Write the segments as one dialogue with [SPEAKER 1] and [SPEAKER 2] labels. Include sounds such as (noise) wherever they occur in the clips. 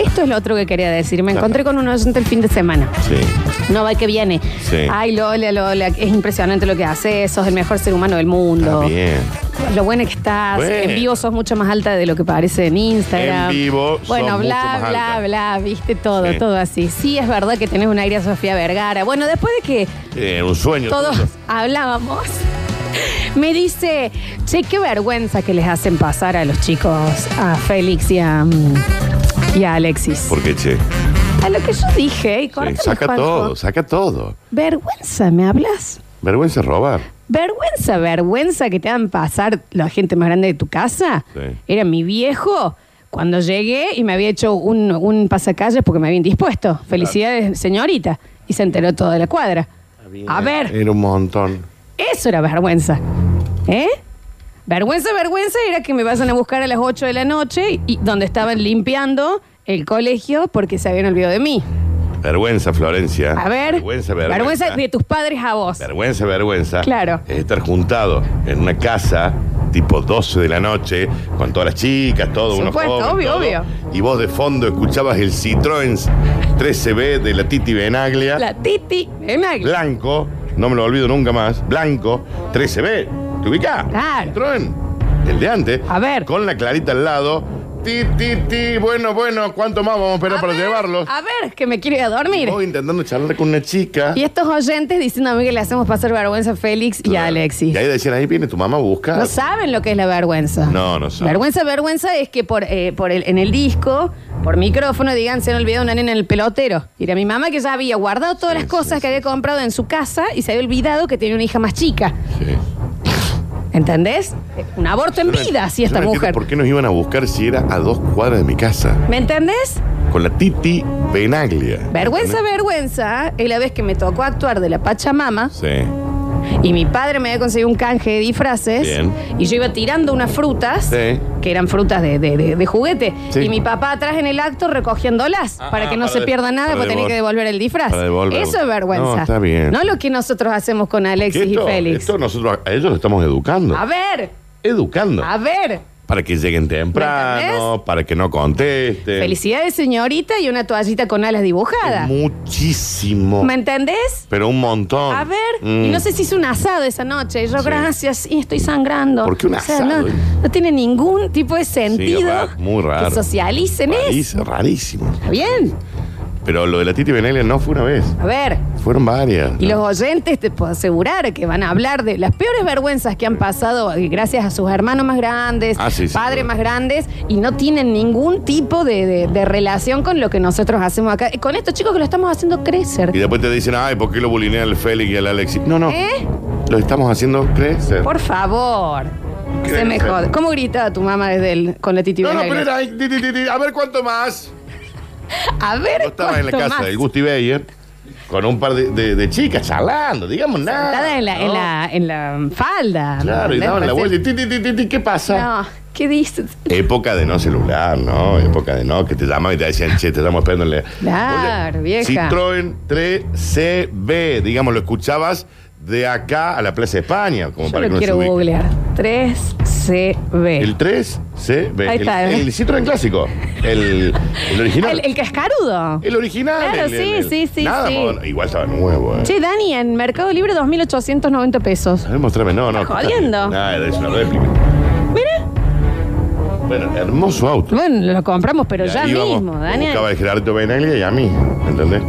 [SPEAKER 1] Esto es lo otro que quería decir. Me
[SPEAKER 2] Claro.
[SPEAKER 1] encontré con uno oyente el fin de semana.
[SPEAKER 2] Sí.
[SPEAKER 1] No va que viene.
[SPEAKER 2] Sí.
[SPEAKER 1] Ay, Lola, Lola, es impresionante lo que haces. Sos el mejor ser humano del mundo.
[SPEAKER 2] Está bien.
[SPEAKER 1] Lo buena que estás.
[SPEAKER 2] Bueno.
[SPEAKER 1] En vivo sos mucho más alta de lo que parece en Instagram.
[SPEAKER 2] En vivo sos
[SPEAKER 1] Bueno,
[SPEAKER 2] mucho
[SPEAKER 1] bla,
[SPEAKER 2] más
[SPEAKER 1] bla,
[SPEAKER 2] alta.
[SPEAKER 1] bla. Viste todo,
[SPEAKER 2] Sí.
[SPEAKER 1] todo así. Sí, es verdad que tenés un aire a Sofía Vergara. Bueno, después de que
[SPEAKER 2] Era Eh, un sueño.
[SPEAKER 1] todos
[SPEAKER 2] tuyo.
[SPEAKER 1] hablábamos. (laughs) Me dice, che, qué vergüenza que les hacen pasar a los chicos, a Félix y a, mm, y a Alexis.
[SPEAKER 2] ¿Por qué, che? Sí,
[SPEAKER 1] A lo que yo dije, y cortame,
[SPEAKER 2] saca
[SPEAKER 1] Juanjo.
[SPEAKER 2] todo, saca todo.
[SPEAKER 1] Vergüenza, ¿me hablas?
[SPEAKER 2] Vergüenza es robar.
[SPEAKER 1] Vergüenza, vergüenza que te hagan pasar la gente más grande de tu casa.
[SPEAKER 2] Sí.
[SPEAKER 1] Era mi viejo cuando llegué y me había hecho un, un pasacalles porque me había indispuesto. Felicidades, señorita. Y se enteró toda la cuadra. A ver.
[SPEAKER 2] Era un montón.
[SPEAKER 1] Eso era vergüenza. ¿Eh? Vergüenza, vergüenza era que me pasan a buscar a las 8 de la noche y donde estaban limpiando el colegio porque se habían olvidado de mí.
[SPEAKER 2] Vergüenza, Florencia.
[SPEAKER 1] A ver.
[SPEAKER 2] Vergüenza, vergüenza.
[SPEAKER 1] Vergüenza de tus padres a vos.
[SPEAKER 2] Vergüenza, vergüenza.
[SPEAKER 1] Claro.
[SPEAKER 2] Es estar juntado en una casa tipo 12 de la noche con todas las chicas, todo,
[SPEAKER 1] Por
[SPEAKER 2] unos
[SPEAKER 1] supuesto,
[SPEAKER 2] jóvenes,
[SPEAKER 1] obvio,
[SPEAKER 2] todo,
[SPEAKER 1] obvio.
[SPEAKER 2] Y vos de fondo escuchabas el Citroën 13B de la Titi Benaglia.
[SPEAKER 1] La Titi. eh, Maggie.
[SPEAKER 2] Blanco, no me lo olvido nunca más. Blanco, 13B, ¿te ubicás?
[SPEAKER 1] Claro.
[SPEAKER 2] Citroën, el de antes.
[SPEAKER 1] A ver.
[SPEAKER 2] Con la clarita al lado. Ti, ti, ti, bueno, bueno, ¿cuánto más vamos a esperar
[SPEAKER 1] A
[SPEAKER 2] para
[SPEAKER 1] ver,
[SPEAKER 2] llevarlos?
[SPEAKER 1] A ver, que me quiero ir a dormir.
[SPEAKER 2] Vos intentando charlar con una chica.
[SPEAKER 1] Y estos oyentes diciéndome que le hacemos pasar vergüenza a Félix y a Alexis.
[SPEAKER 2] Y ahí decían, ahí viene tu mamá a buscar.
[SPEAKER 1] No saben lo que es la vergüenza.
[SPEAKER 2] No, no saben.
[SPEAKER 1] Vergüenza, vergüenza es que por, eh, por el, en el disco, por micrófono, digan, se han olvidado una nena en el pelotero. Y era mi mamá que ya había guardado todas
[SPEAKER 2] Sí,
[SPEAKER 1] las cosas
[SPEAKER 2] sí,
[SPEAKER 1] que había comprado en su casa y se había olvidado que tenía una hija más chica.
[SPEAKER 2] Sí.
[SPEAKER 1] ¿Entendés? Un aborto en
[SPEAKER 2] Yo no-
[SPEAKER 1] vida, si
[SPEAKER 2] yo
[SPEAKER 1] esta
[SPEAKER 2] no entiendo
[SPEAKER 1] mujer.
[SPEAKER 2] ¿Por qué nos iban a buscar si era a dos cuadras de mi casa?
[SPEAKER 1] ¿Me entendés?
[SPEAKER 2] Con la Titi Benaglia.
[SPEAKER 1] Vergüenza, vergüenza es la vez que me tocó actuar de la Pachamama
[SPEAKER 2] Sí.
[SPEAKER 1] y mi padre me había conseguido un canje de disfraces
[SPEAKER 2] Bien.
[SPEAKER 1] y yo iba tirando unas frutas
[SPEAKER 2] Sí.
[SPEAKER 1] que eran frutas de, de- de- de juguete
[SPEAKER 2] Sí.
[SPEAKER 1] y mi papá atrás en el acto recogiéndolas
[SPEAKER 2] Ah,
[SPEAKER 1] para que
[SPEAKER 2] ah,
[SPEAKER 1] no
[SPEAKER 2] para
[SPEAKER 1] se
[SPEAKER 2] de-
[SPEAKER 1] pierda nada
[SPEAKER 2] para
[SPEAKER 1] porque tenía
[SPEAKER 2] devol-
[SPEAKER 1] que devolver el disfraz.
[SPEAKER 2] para devolver.
[SPEAKER 1] Eso es vergüenza.
[SPEAKER 2] No, está bien.
[SPEAKER 1] No lo que nosotros hacemos con Alexis
[SPEAKER 2] esto,
[SPEAKER 1] y Félix.
[SPEAKER 2] esto nosotros a ellos los estamos educando.
[SPEAKER 1] A ver,
[SPEAKER 2] Educando.
[SPEAKER 1] a ver.
[SPEAKER 2] Para que lleguen temprano, para que no contesten.
[SPEAKER 1] Felicidades, señorita, y una toallita con alas dibujadas.
[SPEAKER 2] Es Muchísimo.
[SPEAKER 1] ¿Me entendés?
[SPEAKER 2] Pero un montón.
[SPEAKER 1] A ver,
[SPEAKER 2] Mm.
[SPEAKER 1] y no sé si hizo un asado esa noche. Y Yo,
[SPEAKER 2] Sí.
[SPEAKER 1] gracias, y estoy sangrando.
[SPEAKER 2] ¿Por qué un asado?
[SPEAKER 1] no, no tiene ningún tipo de sentido
[SPEAKER 2] ra- muy raro.
[SPEAKER 1] que socialicen eso.
[SPEAKER 2] Rarísimo, rarísimo.
[SPEAKER 1] Está bien.
[SPEAKER 2] Pero lo de la Titi Benaglia no fue una vez.
[SPEAKER 1] A ver.
[SPEAKER 2] Fueron varias.
[SPEAKER 1] Y los oyentes te puedo asegurar que van a hablar de las peores vergüenzas que han pasado eh, gracias a sus hermanos más grandes,
[SPEAKER 2] Ah, sí, sí,
[SPEAKER 1] padres
[SPEAKER 2] claro.
[SPEAKER 1] más grandes, y no tienen ningún tipo de, de- de relación con lo que nosotros hacemos acá. Eh, Con estos chicos que lo estamos haciendo crecer.
[SPEAKER 2] Y después te dicen, ay, ¿por qué lo bulinean al Félix y al Alexis? No, no.
[SPEAKER 1] ¿Eh?
[SPEAKER 2] Lo estamos haciendo crecer.
[SPEAKER 1] Por favor.
[SPEAKER 2] Crecer.
[SPEAKER 1] Se me jode. ¿Cómo gritaba tu mamá desde el, con la titi
[SPEAKER 2] no, no,
[SPEAKER 1] Benaglia?
[SPEAKER 2] pero era, ay, ti, ti, ti, ti, a ver cuánto más.
[SPEAKER 1] A ver,
[SPEAKER 2] Yo estaba en la
[SPEAKER 1] cuánto
[SPEAKER 2] casa
[SPEAKER 1] más.
[SPEAKER 2] del Gusti Beyer con un par de, de- de chicas charlando, digamos nada.
[SPEAKER 1] Sentada en la, en
[SPEAKER 2] ¿no?
[SPEAKER 1] la- en la falda.
[SPEAKER 2] Claro, y
[SPEAKER 1] ¿entendés?
[SPEAKER 2] daban la
[SPEAKER 1] Para
[SPEAKER 2] vuelta y
[SPEAKER 1] hacer-
[SPEAKER 2] ti, ti, ti, ti, ti, ¿qué pasa?
[SPEAKER 1] No, ¿qué dices?
[SPEAKER 2] Época de no celular, ¿no? Época de no, que te llamaban y te decían, che, te estamos esperando. en la-".
[SPEAKER 1] Claro, vieja.
[SPEAKER 2] Citroën 3CB, digamos, lo escuchabas de acá a la Plaza de España, como
[SPEAKER 1] Yo
[SPEAKER 2] para
[SPEAKER 1] lo
[SPEAKER 2] que
[SPEAKER 1] quiero
[SPEAKER 2] no se ubique.
[SPEAKER 1] googlear. 3CB.
[SPEAKER 2] El 3CB.
[SPEAKER 1] Ahí
[SPEAKER 2] el,
[SPEAKER 1] está.
[SPEAKER 2] el Citroën clásico. El, el
[SPEAKER 1] Ah,
[SPEAKER 2] original.
[SPEAKER 1] (laughs) El, el cascarudo.
[SPEAKER 2] El original.
[SPEAKER 1] Claro,
[SPEAKER 2] el- el-
[SPEAKER 1] sí,
[SPEAKER 2] el-
[SPEAKER 1] sí, sí,
[SPEAKER 2] Nada,
[SPEAKER 1] sí.
[SPEAKER 2] moderno. igual estaba nuevo, ¿eh?
[SPEAKER 1] Che, Dani, en Mercado Libre 2.890 pesos.
[SPEAKER 2] A ver, mostrame, no, no.
[SPEAKER 1] Estás jodiendo.
[SPEAKER 2] Nada, es una réplica.
[SPEAKER 1] Mira.
[SPEAKER 2] Bueno, hermoso auto.
[SPEAKER 1] Bueno, lo compramos, pero
[SPEAKER 2] Y
[SPEAKER 1] ya
[SPEAKER 2] ahí íbamos,
[SPEAKER 1] mismo,
[SPEAKER 2] lo
[SPEAKER 1] Dani.
[SPEAKER 2] Buscaba a Gerardito Benaglia y a mí, ¿entendés?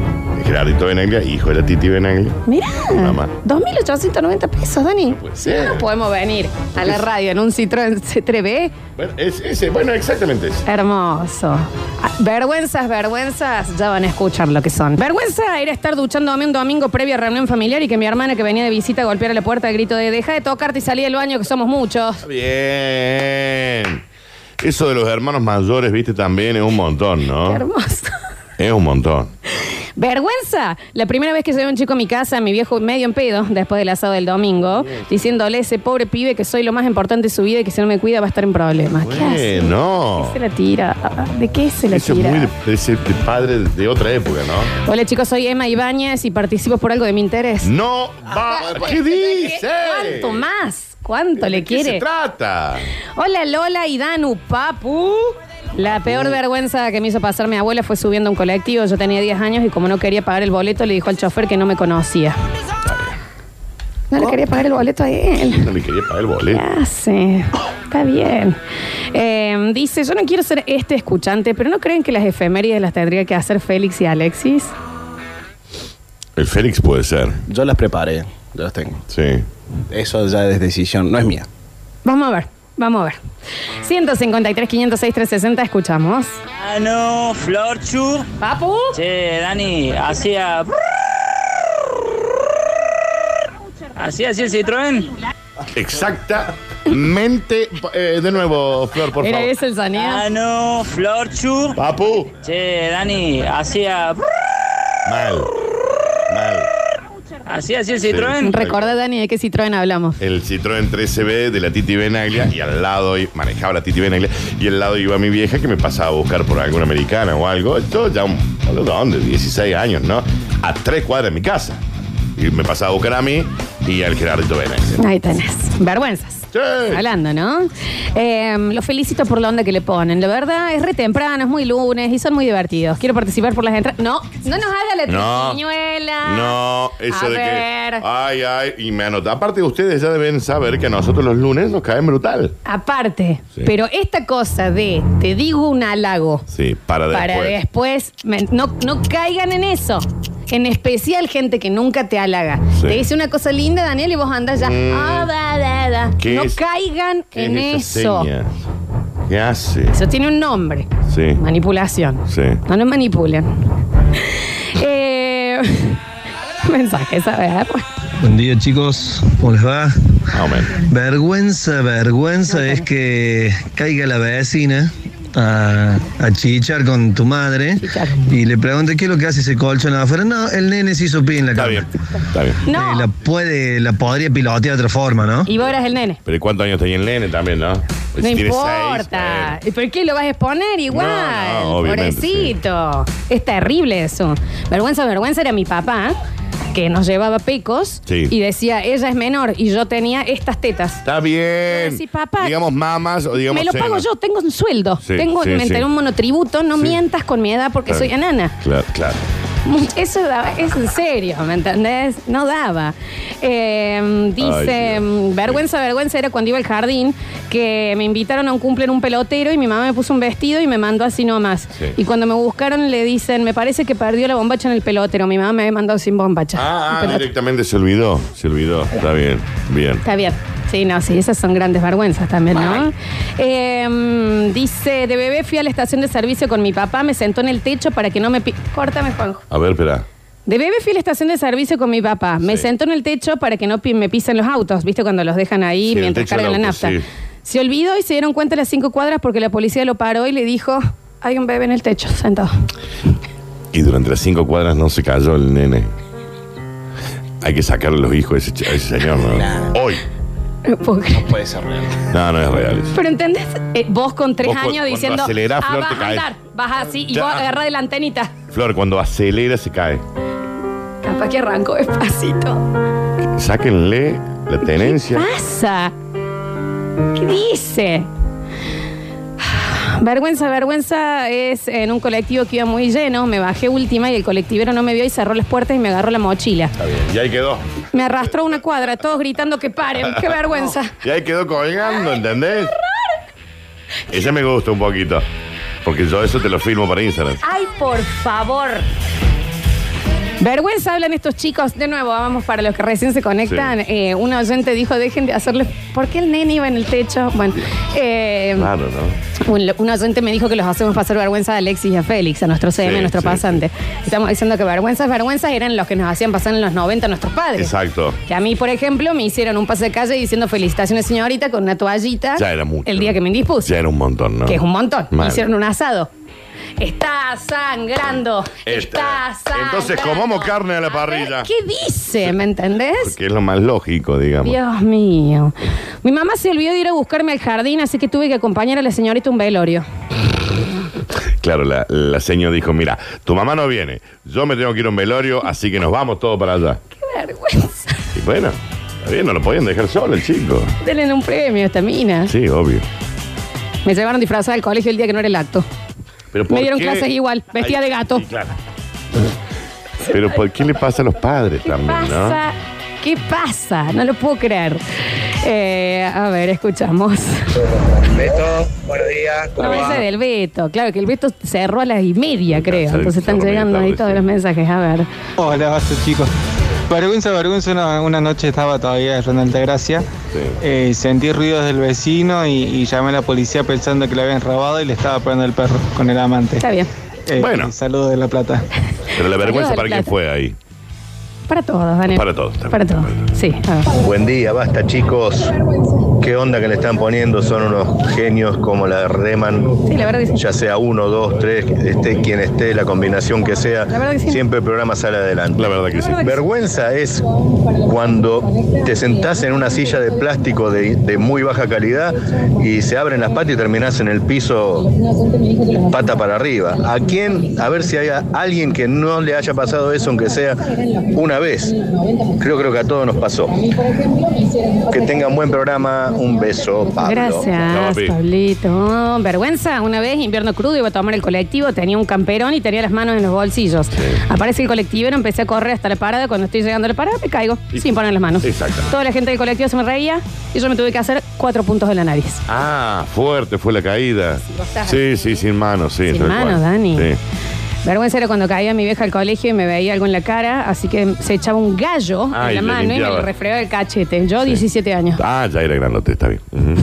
[SPEAKER 2] Gerardito Benaglia, hijo de la Titi Benaglia.
[SPEAKER 1] Mira.
[SPEAKER 2] Mamá.
[SPEAKER 1] 2.890 pesos, Dani.
[SPEAKER 2] Ah. puede
[SPEAKER 1] Si
[SPEAKER 2] ser.
[SPEAKER 1] no podemos venir a la
[SPEAKER 2] Es-
[SPEAKER 1] radio en un Citroën C3B.
[SPEAKER 2] Bueno, es- ese, bueno, exactamente ese.
[SPEAKER 1] Hermoso. Ah, Vergüenzas, vergüenzas, ya van a escuchar lo que son. Vergüenza era estar duchándome un domingo previa reunión familiar y que mi hermana que venía de visita golpeara la puerta al grito de deja de tocarte y salí del baño que somos muchos.
[SPEAKER 2] Está Bien. Eso de los hermanos mayores, viste, también es un montón,
[SPEAKER 1] Qué
[SPEAKER 2] ¿no?
[SPEAKER 1] hermoso.
[SPEAKER 2] Es un montón.
[SPEAKER 1] Vergüenza. La primera vez que llevé un chico a mi casa, mi viejo medio en pedo, después del asado del domingo, diciéndole a ese pobre pibe que soy lo más importante de su vida y que si no me cuida va a estar en problemas. ¿Qué hace?
[SPEAKER 2] Bueno.
[SPEAKER 1] ¿Qué se la tira? ¿De qué se la
[SPEAKER 2] Eso es
[SPEAKER 1] tira?
[SPEAKER 2] muy de, ese de padre de otra época, ¿no?
[SPEAKER 1] Hola chicos, soy Emma Ibáñez y participo por algo de mi interés.
[SPEAKER 2] No va. ¿Qué dice?
[SPEAKER 1] ¿Cuánto más? ¿Cuánto le
[SPEAKER 2] ¿De qué se
[SPEAKER 1] quiere?
[SPEAKER 2] trata?
[SPEAKER 1] Hola Lola y Danu, papu. La peor vergüenza que me hizo pasar mi abuela fue subiendo a un colectivo. Yo tenía 10 años y como no quería pagar el boleto, le dijo al chofer que no me conocía. No le quería pagar el boleto a él.
[SPEAKER 2] No le quería pagar el
[SPEAKER 1] ¿Qué
[SPEAKER 2] boleto.
[SPEAKER 1] hace? Ah, Está bien. Eh, dice, yo no quiero ser este escuchante, pero ¿no creen que las efemérides las tendría que hacer Félix y Alexis?
[SPEAKER 2] El Félix puede ser.
[SPEAKER 3] Yo las preparé, yo las tengo.
[SPEAKER 2] Sí.
[SPEAKER 3] Eso ya es decisión, no es mía.
[SPEAKER 1] Vamos a ver, vamos a ver. 153, 506, 360, escuchamos.
[SPEAKER 4] Ah, no, Florchu.
[SPEAKER 1] Papu.
[SPEAKER 4] Che, Dani, hacía. Así, así el Citroën.
[SPEAKER 2] Exactamente. Eh, de nuevo, Flor, por
[SPEAKER 1] Era
[SPEAKER 2] favor.
[SPEAKER 1] ese el sonido.
[SPEAKER 4] Ah, no, Florchu.
[SPEAKER 2] Papu.
[SPEAKER 4] Che, Dani, hacía.
[SPEAKER 2] Mal. Mal.
[SPEAKER 4] Así, así el Citroën.
[SPEAKER 1] Recordá, Dani, de qué Citroën hablamos.
[SPEAKER 2] El Citroën 13B de la Titi Benaglia y al lado y- manejaba la Titi Benaglia y al lado iba mi vieja que me pasaba a buscar por alguna americana o algo. Esto ya un ¿dónde? 16 años, ¿no? A tres cuadras de mi casa. Y me pasaba a buscar a mí y al Gerardito Benaglia.
[SPEAKER 1] Ahí tenés. Vergüenzas.
[SPEAKER 2] Sí.
[SPEAKER 1] Hablando, ¿no? Eh, los felicito por la onda que le ponen. La verdad, es re temprano, es muy lunes y son muy divertidos. Quiero participar por las entradas. No, no nos haga la
[SPEAKER 2] No.
[SPEAKER 1] triquiñuela.
[SPEAKER 2] No, eso
[SPEAKER 1] A
[SPEAKER 2] de
[SPEAKER 1] ver.
[SPEAKER 2] que. Ay, ay, y me anota. Aparte, ustedes ya deben saber que a nosotros los lunes nos caen brutal.
[SPEAKER 1] Aparte,
[SPEAKER 2] Sí.
[SPEAKER 1] pero esta cosa de te digo un halago
[SPEAKER 2] Sí, para después.
[SPEAKER 1] para después, me- no, no caigan en eso. En especial gente que nunca te halaga.
[SPEAKER 2] Sí. Mm.
[SPEAKER 1] Te dice una cosa linda, Daniel, y vos andas ya. "Ah, da, da, da".
[SPEAKER 2] ¿Qué
[SPEAKER 1] No
[SPEAKER 2] es-
[SPEAKER 1] caigan
[SPEAKER 2] ¿Qué
[SPEAKER 1] en
[SPEAKER 2] es esa
[SPEAKER 1] eso.
[SPEAKER 2] seña? ¿Qué hace?
[SPEAKER 1] Eso tiene un nombre.
[SPEAKER 2] Sí.
[SPEAKER 1] Manipulación.
[SPEAKER 2] Sí.
[SPEAKER 1] No nos manipulen. (laughs) Eh, (laughs) mensajes, a ver.
[SPEAKER 5] Buen día chicos, ¿cómo les va?
[SPEAKER 2] Más o menos.
[SPEAKER 5] Vergüenza, vergüenza es que caiga la vecina a, a chichar con tu madre
[SPEAKER 1] Chichar.
[SPEAKER 5] y le pregunte qué es lo que hace ese colchón afuera. No, el nene se hizo pie en la
[SPEAKER 2] Está
[SPEAKER 5] cama.
[SPEAKER 2] bien, está bien.
[SPEAKER 5] Eh, la
[SPEAKER 1] No.
[SPEAKER 5] puede, la podría pilotear de otra forma, ¿no?
[SPEAKER 1] Y vos eras el nene.
[SPEAKER 2] Pero ¿cuántos años tenía el nene también, no? Pues
[SPEAKER 1] No
[SPEAKER 2] si tiene
[SPEAKER 1] importa.
[SPEAKER 2] seis,
[SPEAKER 1] ¿Y por qué lo vas a exponer igual?
[SPEAKER 2] No, no, obviamente,
[SPEAKER 1] Pobrecito. Es terrible eso. Vergüenza, vergüenza era mi papá que nos llevaba pecos
[SPEAKER 2] Sí.
[SPEAKER 1] y decía, ella es menor y yo tenía estas tetas.
[SPEAKER 2] Está bien.
[SPEAKER 1] Sí, papá.
[SPEAKER 2] Digamos mamas o digamos.
[SPEAKER 1] me lo pago
[SPEAKER 2] senos.
[SPEAKER 1] yo, tengo un sueldo,
[SPEAKER 2] Sí,
[SPEAKER 1] tengo
[SPEAKER 2] sí,
[SPEAKER 1] me
[SPEAKER 2] sí.
[SPEAKER 1] enteré un monotributo, no
[SPEAKER 2] Sí.
[SPEAKER 1] mientas con mi edad porque
[SPEAKER 2] Claro.
[SPEAKER 1] soy enana.
[SPEAKER 2] Claro, claro.
[SPEAKER 1] (laughs) Eso daba- es en serio, ¿me entendés? No daba. Eh, dice,
[SPEAKER 2] Ay, Dios.
[SPEAKER 1] mm, vergüenza, vergüenza era cuando iba al jardín, que me invitaron a un cumple en un pelotero y mi mamá me puso un vestido y me mandó así nomás.
[SPEAKER 2] Sí.
[SPEAKER 1] Y cuando me buscaron le dicen, me parece que perdió la bombacha en el pelotero. Mi mamá me había mandado sin bombacha.
[SPEAKER 2] Ah,
[SPEAKER 1] Un
[SPEAKER 2] ah,
[SPEAKER 1] pelotero.
[SPEAKER 2] directamente se olvidó. Se olvidó. Está bien, bien.
[SPEAKER 1] Está bien. Sí, no, sí, esas son grandes vergüenzas también, ¿no? Eh, mm, dice, de bebé fui a la estación de servicio con mi papá, me sentó en el techo para que no me... pi- Córtame, Juanjo.
[SPEAKER 2] A ver, espera.
[SPEAKER 1] De bebé fui a la estación de servicio con mi papá. Me
[SPEAKER 2] Sí.
[SPEAKER 1] sentó en el techo para que no pi- me pisen los autos, ¿viste? Cuando los dejan ahí
[SPEAKER 2] Sí, en el
[SPEAKER 1] mientras
[SPEAKER 2] techo del
[SPEAKER 1] cargan la
[SPEAKER 2] auto,
[SPEAKER 1] nafta.
[SPEAKER 2] sí.
[SPEAKER 1] Se olvidó y se dieron cuenta las cinco cuadras porque la policía lo paró y le dijo, hay un bebé en el techo, sentado.
[SPEAKER 2] Y durante las cinco cuadras no se cayó el nene. Hay que sacarle los hijos a ese, ch- a ese señor, ¿no?
[SPEAKER 3] Nah.
[SPEAKER 2] Hoy.
[SPEAKER 1] No puedo creer.
[SPEAKER 3] Puede ser real.
[SPEAKER 2] No, no es real eso.
[SPEAKER 1] Pero ¿entendés? Eh, vos con tres
[SPEAKER 2] Vos cu-
[SPEAKER 1] años
[SPEAKER 2] cuando
[SPEAKER 1] diciendo,
[SPEAKER 2] acelerás,
[SPEAKER 1] ah,
[SPEAKER 2] Flor,
[SPEAKER 1] vas
[SPEAKER 2] te
[SPEAKER 1] a
[SPEAKER 2] caes".
[SPEAKER 1] andar, vas así y
[SPEAKER 2] Ya.
[SPEAKER 1] vos agarrás de la antenita.
[SPEAKER 2] Flor, cuando acelera se cae.
[SPEAKER 1] Capaz que arrancó despacito.
[SPEAKER 2] Sáquenle la tenencia.
[SPEAKER 1] pasa? ¿Qué dice? Vergüenza, vergüenza es en un colectivo que iba muy lleno, me bajé última y el colectivero no me vio y cerró las puertas y me agarró la mochila.
[SPEAKER 2] Está bien. Y ahí quedó.
[SPEAKER 1] Me arrastró a una cuadra, todos gritando que paren,
[SPEAKER 2] (laughs)
[SPEAKER 1] qué vergüenza.
[SPEAKER 2] Y ahí quedó colgando, ¿entendés? Ese me gusta un poquito. Porque yo eso te lo filmo para Instagram.
[SPEAKER 1] Ay, por favor. Vergüenza hablan estos chicos. De nuevo, vamos para los que recién se conectan.
[SPEAKER 2] Sí.
[SPEAKER 1] Eh, un oyente dijo, dejen de hacerle... ¿Por qué el nene iba en el techo? Bueno, eh,
[SPEAKER 2] Claro, ¿no?
[SPEAKER 1] Un, un oyente me dijo que los hacemos pasar vergüenza a Alexis y a Félix, a nuestro CM,
[SPEAKER 2] Sí,
[SPEAKER 1] a nuestro
[SPEAKER 2] sí,
[SPEAKER 1] pasante. Estamos diciendo que vergüenzas, vergüenzas eran los que nos hacían pasar en los 90 nuestros padres.
[SPEAKER 2] Exacto.
[SPEAKER 1] Que a mí, por ejemplo, me hicieron un pase de calle diciendo felicitaciones, señorita, con una toallita.
[SPEAKER 2] Ya era mucho.
[SPEAKER 1] El día que me indispuse,
[SPEAKER 2] Ya era un montón, ¿no?
[SPEAKER 1] que es un montón. Me
[SPEAKER 2] Mal.
[SPEAKER 1] hicieron un asado. Está sangrando.
[SPEAKER 2] Está.
[SPEAKER 1] Está sangrando.
[SPEAKER 2] Este. Entonces comamos carne a la
[SPEAKER 1] ver,
[SPEAKER 2] parrilla.
[SPEAKER 1] ¿Qué dice? ¿Me entendés?
[SPEAKER 2] Porque es lo más lógico, digamos.
[SPEAKER 1] Dios mío. Mi mamá se olvidó de ir a buscarme al jardín, así que tuve que acompañar a la señorita a un velorio.
[SPEAKER 2] Claro, la, la seño dijo, mira, tu mamá no viene, yo me tengo que ir a un velorio, así que nos vamos todos para allá.
[SPEAKER 1] Qué vergüenza. (laughs)
[SPEAKER 2] Y bueno, está bien, no lo podían dejar solo el chico.
[SPEAKER 1] Denle un premio a esta mina.
[SPEAKER 2] Sí, obvio.
[SPEAKER 1] Me llevaron disfrazada al colegio el día que no era el acto.
[SPEAKER 2] Pero
[SPEAKER 1] Me dieron clases igual, vestida de gato.
[SPEAKER 2] Sí, claro. Pero ¿por qué le pasa a los padres
[SPEAKER 1] ¿Qué
[SPEAKER 2] también,
[SPEAKER 1] pasa? ¿Qué pasa? No lo puedo creer. Eh, a ver, escuchamos.
[SPEAKER 6] Beto, buenos días.
[SPEAKER 1] La
[SPEAKER 6] ¿Cómo va?
[SPEAKER 1] del Beto. Claro que el Beto cerró a las y media, creo.
[SPEAKER 2] cerró-
[SPEAKER 1] Entonces están
[SPEAKER 2] cerró media
[SPEAKER 1] llegando ahí
[SPEAKER 2] tarde,
[SPEAKER 1] todos
[SPEAKER 2] sí.
[SPEAKER 1] los mensajes. A ver.
[SPEAKER 7] Hola, basta chicos. Vergüenza, vergüenza, una, una noche estaba todavía en Ronda Altagracia.
[SPEAKER 2] Sí.
[SPEAKER 7] Eh, sentí ruidos del vecino y, y llamé a la policía pensando que lo habían robado y le estaba pegando el perro con el amante.
[SPEAKER 1] Está bien.
[SPEAKER 7] Eh,
[SPEAKER 2] Bueno.
[SPEAKER 7] Saludos de La Plata.
[SPEAKER 2] ¿no? Pero la vergüenza
[SPEAKER 1] Saludos
[SPEAKER 2] para
[SPEAKER 1] del
[SPEAKER 2] quién
[SPEAKER 1] Plata.
[SPEAKER 2] fue ahí.
[SPEAKER 1] Para todos, Daniel.
[SPEAKER 2] Para todos, está bien.
[SPEAKER 1] Para todos. Sí, a ver.
[SPEAKER 8] Buen día, basta chicos. ¿Qué onda que le están poniendo? Son unos genios como la reman.
[SPEAKER 1] Sí, la verdad que sí.
[SPEAKER 8] Ya sea uno, dos, tres, esté quien esté, la combinación que sea,
[SPEAKER 1] La verdad que sí.
[SPEAKER 8] siempre el programa sale adelante.
[SPEAKER 2] La verdad que sí.
[SPEAKER 8] Vergüenza es cuando te sentás en una silla de plástico de, de muy baja calidad y se abren las patas y terminás en el piso pata para arriba. ¿A quién? A ver si hay a- alguien que no le haya pasado eso, aunque sea una vez. Creo, creo que a todos nos pasó. Que tengan buen programa. Un beso,
[SPEAKER 2] Ah,
[SPEAKER 8] Pablo.
[SPEAKER 2] Chao,
[SPEAKER 1] Gracias,
[SPEAKER 2] papi.
[SPEAKER 1] Pablito. Vergüenza, una vez invierno crudo iba a tomar el colectivo, tenía un camperón y tenía las manos en los bolsillos. Aparece el colectivero, empecé a correr hasta la parada, cuando estoy llegando a la parada me caigo
[SPEAKER 2] Y-
[SPEAKER 1] sin poner las manos.
[SPEAKER 2] Exacto.
[SPEAKER 1] Toda la gente del colectivo se me reía y yo me tuve que hacer cuatro puntos de la nariz.
[SPEAKER 2] Ah, fuerte fue la caída.
[SPEAKER 1] vos estás
[SPEAKER 2] Sí,
[SPEAKER 1] así.
[SPEAKER 2] sí, sin manos, sí.
[SPEAKER 1] Sin
[SPEAKER 2] tal
[SPEAKER 1] manos,
[SPEAKER 2] cual.
[SPEAKER 1] Dani.
[SPEAKER 2] Sí.
[SPEAKER 1] Vergüenza era cuando caía mi vieja al colegio y me veía algo en la cara, así que se echaba un gallo
[SPEAKER 2] Ah,
[SPEAKER 1] en
[SPEAKER 2] y
[SPEAKER 1] la
[SPEAKER 2] le
[SPEAKER 1] mano y me
[SPEAKER 2] limpiaba.
[SPEAKER 1] lo refregaba el cachete. Yo, 17 años.
[SPEAKER 2] Ah, ya era grandote, está bien. Ujú.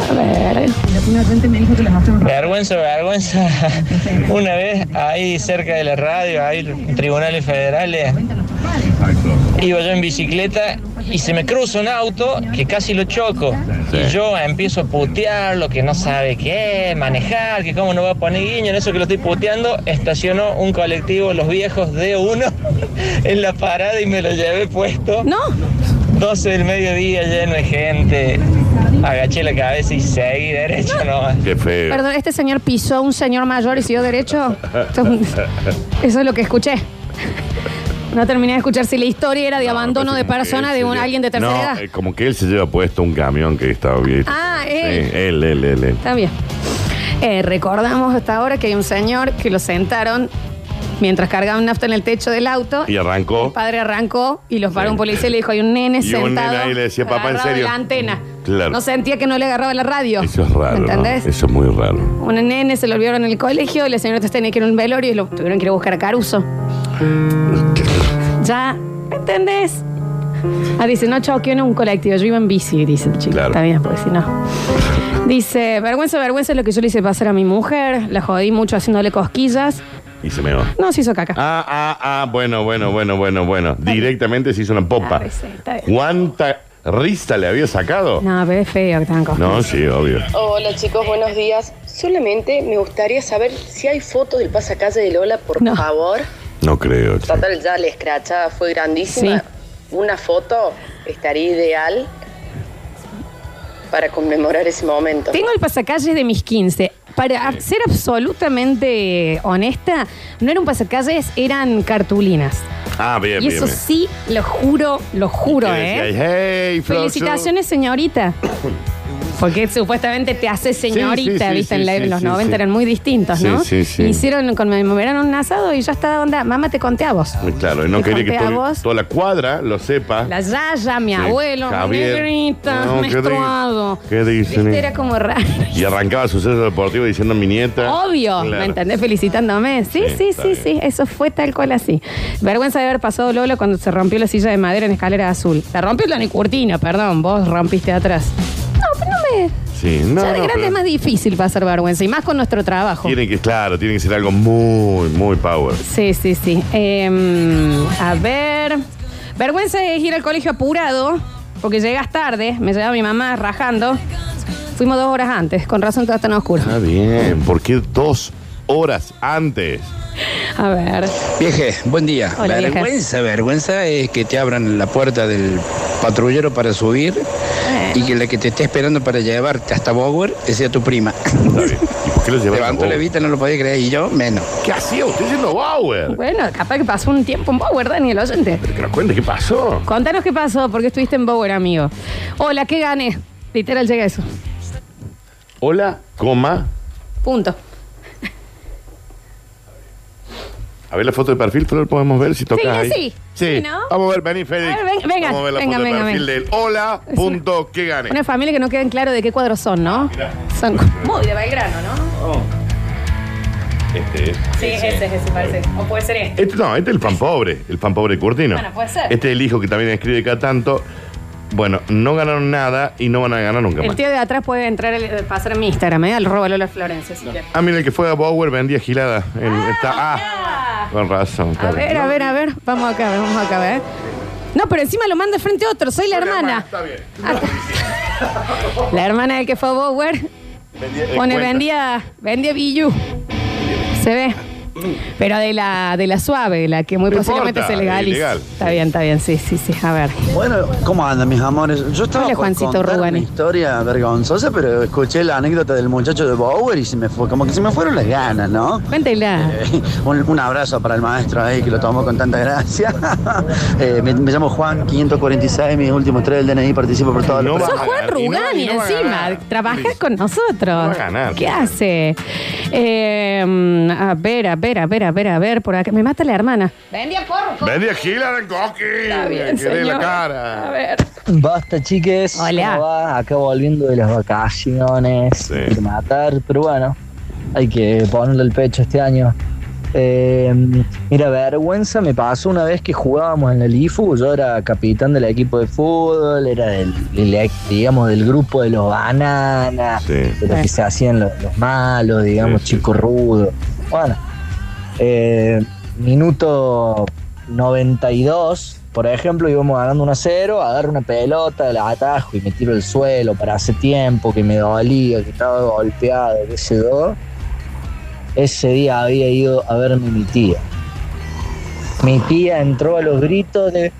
[SPEAKER 2] Está bien.
[SPEAKER 1] A ver.
[SPEAKER 9] Vergüenza, vergüenza. (laughs) Una vez ahí cerca de la radio, ahí en tribunales federales, iba yo en bicicleta y se me cruza un auto que casi lo choco. Y yo empiezo a putear lo que no sabe qué es, manejar, que cómo no va a poner guiño, en eso que lo estoy puteando, estacionó un colectivo, los viejos de uno, (laughs) en la parada y me lo llevé puesto.
[SPEAKER 1] No.
[SPEAKER 9] 12 del mediodía lleno de gente. Agaché la cabeza y seguí derecho nomás.
[SPEAKER 2] Qué feo.
[SPEAKER 1] Perdón, este señor pisó a un señor mayor y siguió derecho. Esto es un- Eso es lo que escuché. No terminé de escuchar si la historia era de
[SPEAKER 2] No,
[SPEAKER 1] abandono
[SPEAKER 2] me
[SPEAKER 1] de
[SPEAKER 2] parece como
[SPEAKER 1] persona
[SPEAKER 2] que él
[SPEAKER 1] de
[SPEAKER 2] se
[SPEAKER 1] un
[SPEAKER 2] lleva-
[SPEAKER 1] alguien de tercera
[SPEAKER 2] No,
[SPEAKER 1] edad.
[SPEAKER 2] eh, como que él se lleva puesto un camión que estaba bien.
[SPEAKER 1] Ah,
[SPEAKER 2] Sí,
[SPEAKER 1] él.
[SPEAKER 2] él, él, él, él.
[SPEAKER 1] Está bien. Eh, recordamos hasta ahora que hay un señor que lo sentaron mientras cargaban nafta en el techo del auto.
[SPEAKER 2] Y arrancó.
[SPEAKER 1] El padre arrancó y los paró un policía y le dijo, hay un nene
[SPEAKER 2] Y
[SPEAKER 1] sentado.
[SPEAKER 2] un nene ahí le decía, "Papá, ¿en
[SPEAKER 1] agarrado de
[SPEAKER 2] serio?"
[SPEAKER 1] la antena.
[SPEAKER 2] Claro.
[SPEAKER 1] No sentía que no le agarraba la radio.
[SPEAKER 2] Eso es raro. ¿no?
[SPEAKER 1] ¿Entendés?
[SPEAKER 2] Eso es muy raro.
[SPEAKER 1] Una nene se lo olvidaron en el colegio y la señora tenía que ir a un velorio y lo tuvieron que ir a buscar a Caruso. Ya, ¿me entendés? Ah, dice, no choqueo en un colectivo, yo iba en bici, dice el chico.
[SPEAKER 2] Claro.
[SPEAKER 1] Está bien, porque si no. Dice, vergüenza, vergüenza es lo que yo le hice pasar a mi mujer, la jodí mucho haciéndole cosquillas.
[SPEAKER 2] Y se me va.
[SPEAKER 1] No, se hizo caca.
[SPEAKER 2] Ah, ah, ah, bueno, bueno, bueno, bueno, bueno. Directamente se hizo una
[SPEAKER 1] Ah,
[SPEAKER 2] popa.
[SPEAKER 1] pues sí, está bien.
[SPEAKER 2] ¿Cuánta risa le había sacado?
[SPEAKER 1] No, pero es feo que te hagan cosquillas.
[SPEAKER 2] No, sí, obvio.
[SPEAKER 10] Hola chicos, buenos días. Solamente me gustaría saber si hay fotos del pasacalle de Lola, por
[SPEAKER 1] No.
[SPEAKER 10] favor.
[SPEAKER 2] No creo. che.
[SPEAKER 10] Total, ya la escrachada fue grandísima.
[SPEAKER 1] Sí.
[SPEAKER 10] Una foto estaría ideal para conmemorar ese momento.
[SPEAKER 1] Tengo el pasacalle de mis 15. Para ser absolutamente honesta, no eran pasacalles, eran cartulinas.
[SPEAKER 2] Ah, bien,
[SPEAKER 1] Y
[SPEAKER 2] bien.
[SPEAKER 1] eso
[SPEAKER 2] bien.
[SPEAKER 1] sí, lo juro, lo juro,
[SPEAKER 2] Y
[SPEAKER 1] ¿eh?
[SPEAKER 2] decía, Hey, Flor, (coughs)
[SPEAKER 1] Felicitaciones, señorita. Porque supuestamente te hace
[SPEAKER 2] Sí, sí,
[SPEAKER 1] señorita,
[SPEAKER 2] sí,
[SPEAKER 1] ¿viste?
[SPEAKER 2] sí,
[SPEAKER 1] en, la-
[SPEAKER 2] sí,
[SPEAKER 1] en los
[SPEAKER 2] sí,
[SPEAKER 1] 90
[SPEAKER 2] sí.
[SPEAKER 1] eran muy distintos,
[SPEAKER 2] Sí,
[SPEAKER 1] ¿no?
[SPEAKER 2] sí, sí.
[SPEAKER 1] Hicieron, conmemoraron un asado y ya estaba onda. Mamá, te conté a vos.
[SPEAKER 2] Muy Claro, y no
[SPEAKER 1] Te
[SPEAKER 2] quería que
[SPEAKER 1] conté a
[SPEAKER 2] todo-
[SPEAKER 1] vos.
[SPEAKER 2] toda la cuadra lo sepa.
[SPEAKER 1] La Yaya, mi
[SPEAKER 2] Sí,
[SPEAKER 1] abuelo, mi
[SPEAKER 2] Javier.
[SPEAKER 1] negrita,
[SPEAKER 2] No, ¿qué
[SPEAKER 1] menstruado.
[SPEAKER 2] di- qué dicen?
[SPEAKER 1] ¿Viste? Era como raro.
[SPEAKER 2] Y arrancaba suceso deportivo diciendo mi nieta.
[SPEAKER 1] Obvio,
[SPEAKER 2] Claro.
[SPEAKER 1] ¿me entendés? Felicitándome. Sí,
[SPEAKER 2] Sí,
[SPEAKER 1] sí,
[SPEAKER 2] está
[SPEAKER 1] sí,
[SPEAKER 2] bien.
[SPEAKER 1] sí, Eso fue tal cual así. Vergüenza de haber pasado Lola cuando se rompió la silla de madera en escalera azul. La rompió la Nicurtina, perdón. Vos rompiste atrás. No, pero no me.
[SPEAKER 2] Sí, no,
[SPEAKER 1] ya de
[SPEAKER 2] no,
[SPEAKER 1] grande
[SPEAKER 2] pero
[SPEAKER 1] es más difícil pasar vergüenza y más con nuestro trabajo.
[SPEAKER 2] tiene que, claro, tiene que ser algo muy, muy power.
[SPEAKER 1] Sí, sí, sí. Eh, a ver. Vergüenza es ir al colegio apurado porque llegas tarde. Me llevaba mi mamá rajando. Fuimos dos horas antes. Con razón todo está tan oscuro.
[SPEAKER 2] Está bien, ¿por qué dos horas antes?
[SPEAKER 1] A ver.
[SPEAKER 6] Vieje, buen día.
[SPEAKER 1] Hola, viejas.
[SPEAKER 6] vergüenza, vergüenza es que te abran la puerta del patrullero para subir y que la que te esté esperando para llevarte hasta Bower sea tu prima.
[SPEAKER 2] Está bien. ¿Y por qué lo llevaron?
[SPEAKER 6] Levanto
[SPEAKER 2] a
[SPEAKER 6] la
[SPEAKER 2] Bauer?
[SPEAKER 6] vista, no lo podía creer, y yo menos.
[SPEAKER 2] Oh. ¿Qué hacía usted yendo a Bauer?
[SPEAKER 1] Bueno, capaz que pasó un tiempo en Power, Daniel, oyente.
[SPEAKER 2] Pero que nos cuente qué pasó.
[SPEAKER 1] Contanos qué pasó, porque estuviste en Bower, amigo. Hola, ¿qué gané? Literal llega eso.
[SPEAKER 2] Hola, coma.
[SPEAKER 1] Punto.
[SPEAKER 2] A ver la foto de perfil, Flor, podemos ver si toca
[SPEAKER 1] Sí,
[SPEAKER 2] ahí.
[SPEAKER 1] sí. Sí, ¿no?
[SPEAKER 2] Vamos a ver, vení, Félix.
[SPEAKER 1] A ver, ven- venga,
[SPEAKER 2] Vamos a ver la
[SPEAKER 1] venga,
[SPEAKER 2] foto
[SPEAKER 1] venga,
[SPEAKER 2] de perfil
[SPEAKER 1] venga.
[SPEAKER 2] del hola,
[SPEAKER 1] Es
[SPEAKER 2] punto, que gane.
[SPEAKER 1] Una familia que no queda en claro de qué cuadros son, ¿no? Son muy de Belgrano, ¿no?
[SPEAKER 2] Este es.
[SPEAKER 1] Sí, ese es ese, parece. O puede ser este.
[SPEAKER 2] Este no, este es el pan pobre, el pan pobre curtino.
[SPEAKER 1] Bueno, puede ser.
[SPEAKER 2] Este es el hijo que también escribe cada tanto. Bueno, no ganaron nada y no van a ganar nunca
[SPEAKER 1] El
[SPEAKER 2] más.
[SPEAKER 1] tío de atrás puede entrar, el- pasar en mi Instagram, ¿eh? Al roba Lola Florencia, si quiere.
[SPEAKER 2] Ah, mira, el que fue a Bower vendía gilada. en esta- ah, con razón.
[SPEAKER 1] A
[SPEAKER 2] claro.
[SPEAKER 1] ver, a ver, a ver. Vamos acá, vamos acá, a ver. No, pero encima lo manda frente a otro. Soy la hermana.
[SPEAKER 2] Está bien.
[SPEAKER 1] La hermana del que fue a Bower.
[SPEAKER 2] Vendía- eh,
[SPEAKER 1] Pone,
[SPEAKER 2] cuenta.
[SPEAKER 1] vendía, vendía billu. Se ve. Pero de la, de la suave, de la que muy
[SPEAKER 11] No
[SPEAKER 1] posiblemente
[SPEAKER 11] importa,
[SPEAKER 1] se legaliza.
[SPEAKER 11] ilegal.
[SPEAKER 1] Está bien, está bien, sí, sí, sí. A ver.
[SPEAKER 11] Bueno, ¿cómo andan mis amores? Yo estaba
[SPEAKER 1] Hola,
[SPEAKER 11] por
[SPEAKER 1] Juancito
[SPEAKER 11] contar
[SPEAKER 1] Rubani.
[SPEAKER 11] una historia vergonzosa, pero escuché la anécdota del muchacho de Bower y se me fue, como que se me fueron las ganas, ¿no?
[SPEAKER 1] Cuéntela.
[SPEAKER 11] Eh, un, un abrazo para el maestro ahí que lo tomó con tanta gracia. (laughs) Eh, me, me llamo Juan, 546, mis últimos tres del DNI, participo por todos los...
[SPEAKER 1] Sos Juan Rugani encima. Trabajas con nosotros.
[SPEAKER 11] ganar.
[SPEAKER 1] ¿Qué hace? Eh, a ver, a ver, a ver, a ver, a ver. Por acá. Me mata la hermana.
[SPEAKER 12] Vendía porco.
[SPEAKER 2] Vendía gilada en coqui.
[SPEAKER 12] bien,
[SPEAKER 2] que dé la
[SPEAKER 12] señor.
[SPEAKER 2] cara.
[SPEAKER 13] Basta, chiques.
[SPEAKER 1] Hola.
[SPEAKER 13] ¿Cómo va? Acá volviendo de las vacaciones. Hay que matar, pero bueno, hay que ponerle el pecho este año. Eh, mira, vergüenza me pasó una vez que jugábamos en el IFU. Yo era capitán del equipo de fútbol, era del, del- digamos, del grupo de los bananas, de los que se hacían los, los malos, digamos, chicos rudos. Bueno, eh, minuto 92, por ejemplo, íbamos ganando 1 a 0, agarro una pelota, la atajo y me tiro al suelo para hace tiempo que me dolía, que estaba golpeado, qué sé yo. Ese día había ido a verme mi tía. Mi tía entró a los gritos de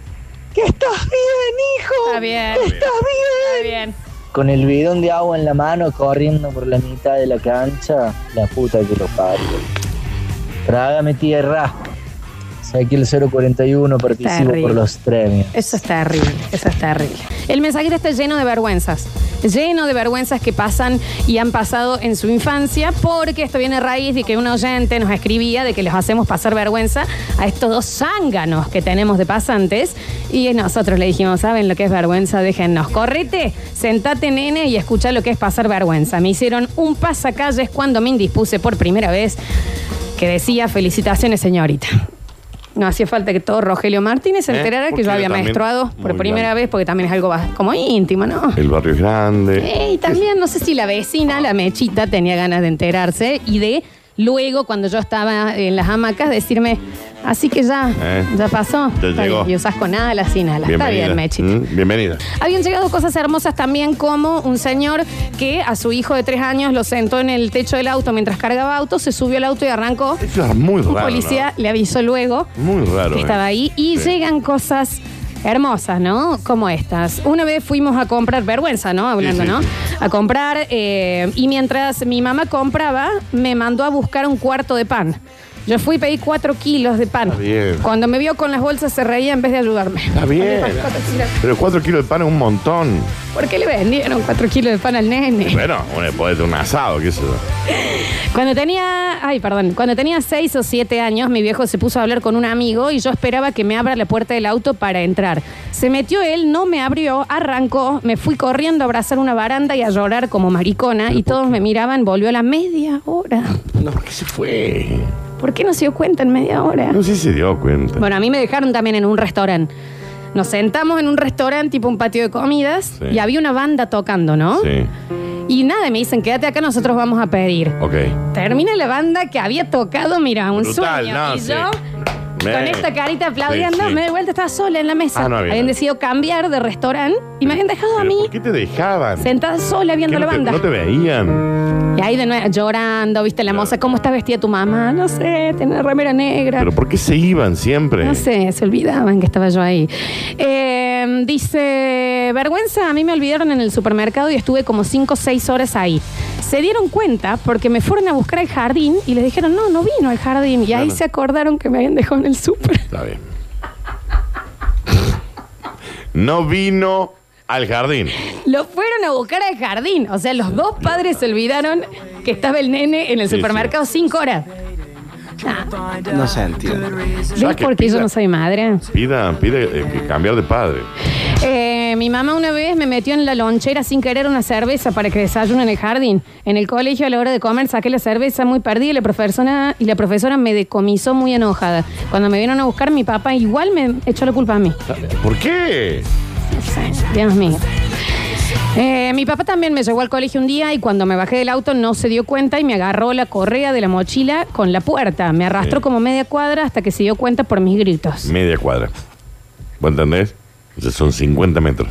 [SPEAKER 12] Que estás bien, hijo.
[SPEAKER 1] Está bien.
[SPEAKER 12] Que estás
[SPEAKER 1] bien. Está bien.
[SPEAKER 13] con el bidón de agua en la mano corriendo por la mitad de la cancha, la puta que lo parió. Trágame tierra. Saqué el 041, participo
[SPEAKER 1] Terrible.
[SPEAKER 13] por los premios.
[SPEAKER 1] Eso es terrible, eso es terrible. El mensajero está lleno de vergüenzas, lleno de vergüenzas que pasan y han pasado en su infancia, porque esto viene a raíz de que un oyente nos escribía de que les hacemos pasar vergüenza a estos dos zánganos que tenemos de pasantes, y nosotros le dijimos, ¿saben lo que es vergüenza? Déjennos, correte, sentate nene y escucha lo que es pasar vergüenza. Me hicieron un pasacalles cuando me indispuse por primera vez, que decía, felicitaciones señorita. No hacía falta que todo Rogelio Martínez se
[SPEAKER 2] ¿Eh?
[SPEAKER 1] enterara que
[SPEAKER 2] Porque
[SPEAKER 1] yo había
[SPEAKER 2] también-
[SPEAKER 1] menstruado por
[SPEAKER 2] Muy
[SPEAKER 1] primera vez, porque también es algo va- como íntimo, ¿no?
[SPEAKER 2] El barrio es grande.
[SPEAKER 1] Eh, Y también, no sé si la vecina, la mechita, tenía ganas de enterarse y de luego, cuando yo estaba en las hamacas, decirme, así que ya,
[SPEAKER 2] Eh,
[SPEAKER 1] ya pasó.
[SPEAKER 2] ya
[SPEAKER 1] Está
[SPEAKER 2] llegó.
[SPEAKER 1] bien. Y usás con alas, sin alas. Está bien, mechita.
[SPEAKER 2] Mm, bienvenida.
[SPEAKER 1] Habían llegado cosas hermosas también, como un señor que a su hijo de tres años lo sentó en el techo del auto mientras cargaba auto, se subió al auto y arrancó.
[SPEAKER 2] Eso es muy
[SPEAKER 1] Un
[SPEAKER 2] raro.
[SPEAKER 1] policía le avisó luego
[SPEAKER 2] ¿no? Muy raro.
[SPEAKER 1] que
[SPEAKER 2] eh.
[SPEAKER 1] estaba ahí y
[SPEAKER 2] Sí.
[SPEAKER 1] llegan cosas hermosas, ¿no? Como estas. Una vez fuimos a comprar, vergüenza, ¿no? Hablando,
[SPEAKER 2] Sí, sí,
[SPEAKER 1] ¿no?
[SPEAKER 2] sí.
[SPEAKER 1] A comprar eh, y mientras mi mamá compraba, me mandó a buscar un cuarto de pan. Yo fui y pedí cuatro kilos de pan.
[SPEAKER 2] Está bien.
[SPEAKER 1] Cuando me vio con las bolsas se reía en vez de ayudarme. (laughs)
[SPEAKER 2] Está bien. Pero 4 kilos de pan es un montón.
[SPEAKER 1] ¿Por qué le vendieron cuatro kilos de pan al nene?
[SPEAKER 2] Bueno, uno puede tener un asado, qué sé yo.
[SPEAKER 1] Cuando tenía, ay, perdón, cuando tenía seis o siete años, mi viejo se puso a hablar con un amigo y yo esperaba que me abra la puerta del auto para entrar. Se metió él, no me abrió, arrancó, me fui corriendo a abrazar una baranda y a llorar como maricona y todos me miraban, volvió a la media hora.
[SPEAKER 2] No, ¿por qué se fue?
[SPEAKER 1] ¿Por qué no se dio cuenta en media hora?
[SPEAKER 2] No sé si se dio cuenta.
[SPEAKER 1] Bueno, a mí me dejaron también en un restaurante. Nos sentamos en un restaurante, tipo un patio de comidas,
[SPEAKER 2] Sí.
[SPEAKER 1] y había una banda tocando, ¿no?
[SPEAKER 2] Sí.
[SPEAKER 1] Y nada, me dicen, quédate acá, nosotros vamos a pedir.
[SPEAKER 2] Ok.
[SPEAKER 1] Termina la banda que había tocado, mira, un
[SPEAKER 2] Brutal,
[SPEAKER 1] sueño.
[SPEAKER 2] no,
[SPEAKER 1] y
[SPEAKER 2] sí.
[SPEAKER 1] yo,
[SPEAKER 2] Me-
[SPEAKER 1] con esta carita aplaudiendo,
[SPEAKER 2] Sí, sí.
[SPEAKER 1] me de vuelta estaba sola en la mesa.
[SPEAKER 2] Ah, no había
[SPEAKER 1] habían
[SPEAKER 2] nadie.
[SPEAKER 1] decidido cambiar de restaurante y me habían dejado a
[SPEAKER 2] Pero,
[SPEAKER 1] mí
[SPEAKER 2] ¿Por qué te dejaban?
[SPEAKER 1] sentada sola
[SPEAKER 2] ¿Qué
[SPEAKER 1] viendo
[SPEAKER 2] no,
[SPEAKER 1] la
[SPEAKER 2] te,
[SPEAKER 1] banda.
[SPEAKER 2] no te veían.
[SPEAKER 1] Y ahí de nuevo, llorando, viste la moza, ¿cómo está vestida tu mamá? No sé, tiene remera negra.
[SPEAKER 2] Pero ¿por qué se iban siempre?
[SPEAKER 1] No sé, se olvidaban que estaba yo ahí. Eh, dice, vergüenza, a mí me olvidaron en el supermercado y estuve como 5 o 6 horas ahí. Se dieron cuenta porque me fueron a buscar al jardín y les dijeron, no, no vino al jardín. Y ahí
[SPEAKER 2] Claro.
[SPEAKER 1] se acordaron que me habían dejado en el súper.
[SPEAKER 2] Está bien. No vino al jardín.
[SPEAKER 1] Lo fueron a buscar al jardín. O sea, los dos padres se olvidaron que estaba el nene en el
[SPEAKER 2] Sí,
[SPEAKER 1] supermercado cinco horas. Nah.
[SPEAKER 3] No se entiende.
[SPEAKER 1] ¿Ves por qué yo no soy madre?
[SPEAKER 2] Pida, pide eh, que cambiar de padre.
[SPEAKER 1] Eh, mi mamá una vez me metió en la lonchera sin querer una cerveza para que desayuno en el jardín. En el colegio a la hora de comer saqué la cerveza muy perdida y la profesora, y la profesora me decomisó muy enojada. Cuando me vieron a buscar, mi papá igual me echó la culpa a mí.
[SPEAKER 2] ¿Por qué?
[SPEAKER 1] Dios mío. Eh, mi papá también me llevó al colegio un día y cuando me bajé del auto no se dio cuenta y me agarró la correa de la mochila con la puerta. Me arrastró
[SPEAKER 2] Sí.
[SPEAKER 1] como media cuadra hasta que se dio cuenta por mis gritos.
[SPEAKER 2] Media cuadra. ¿Vos entendés? O sea, son 50 metros.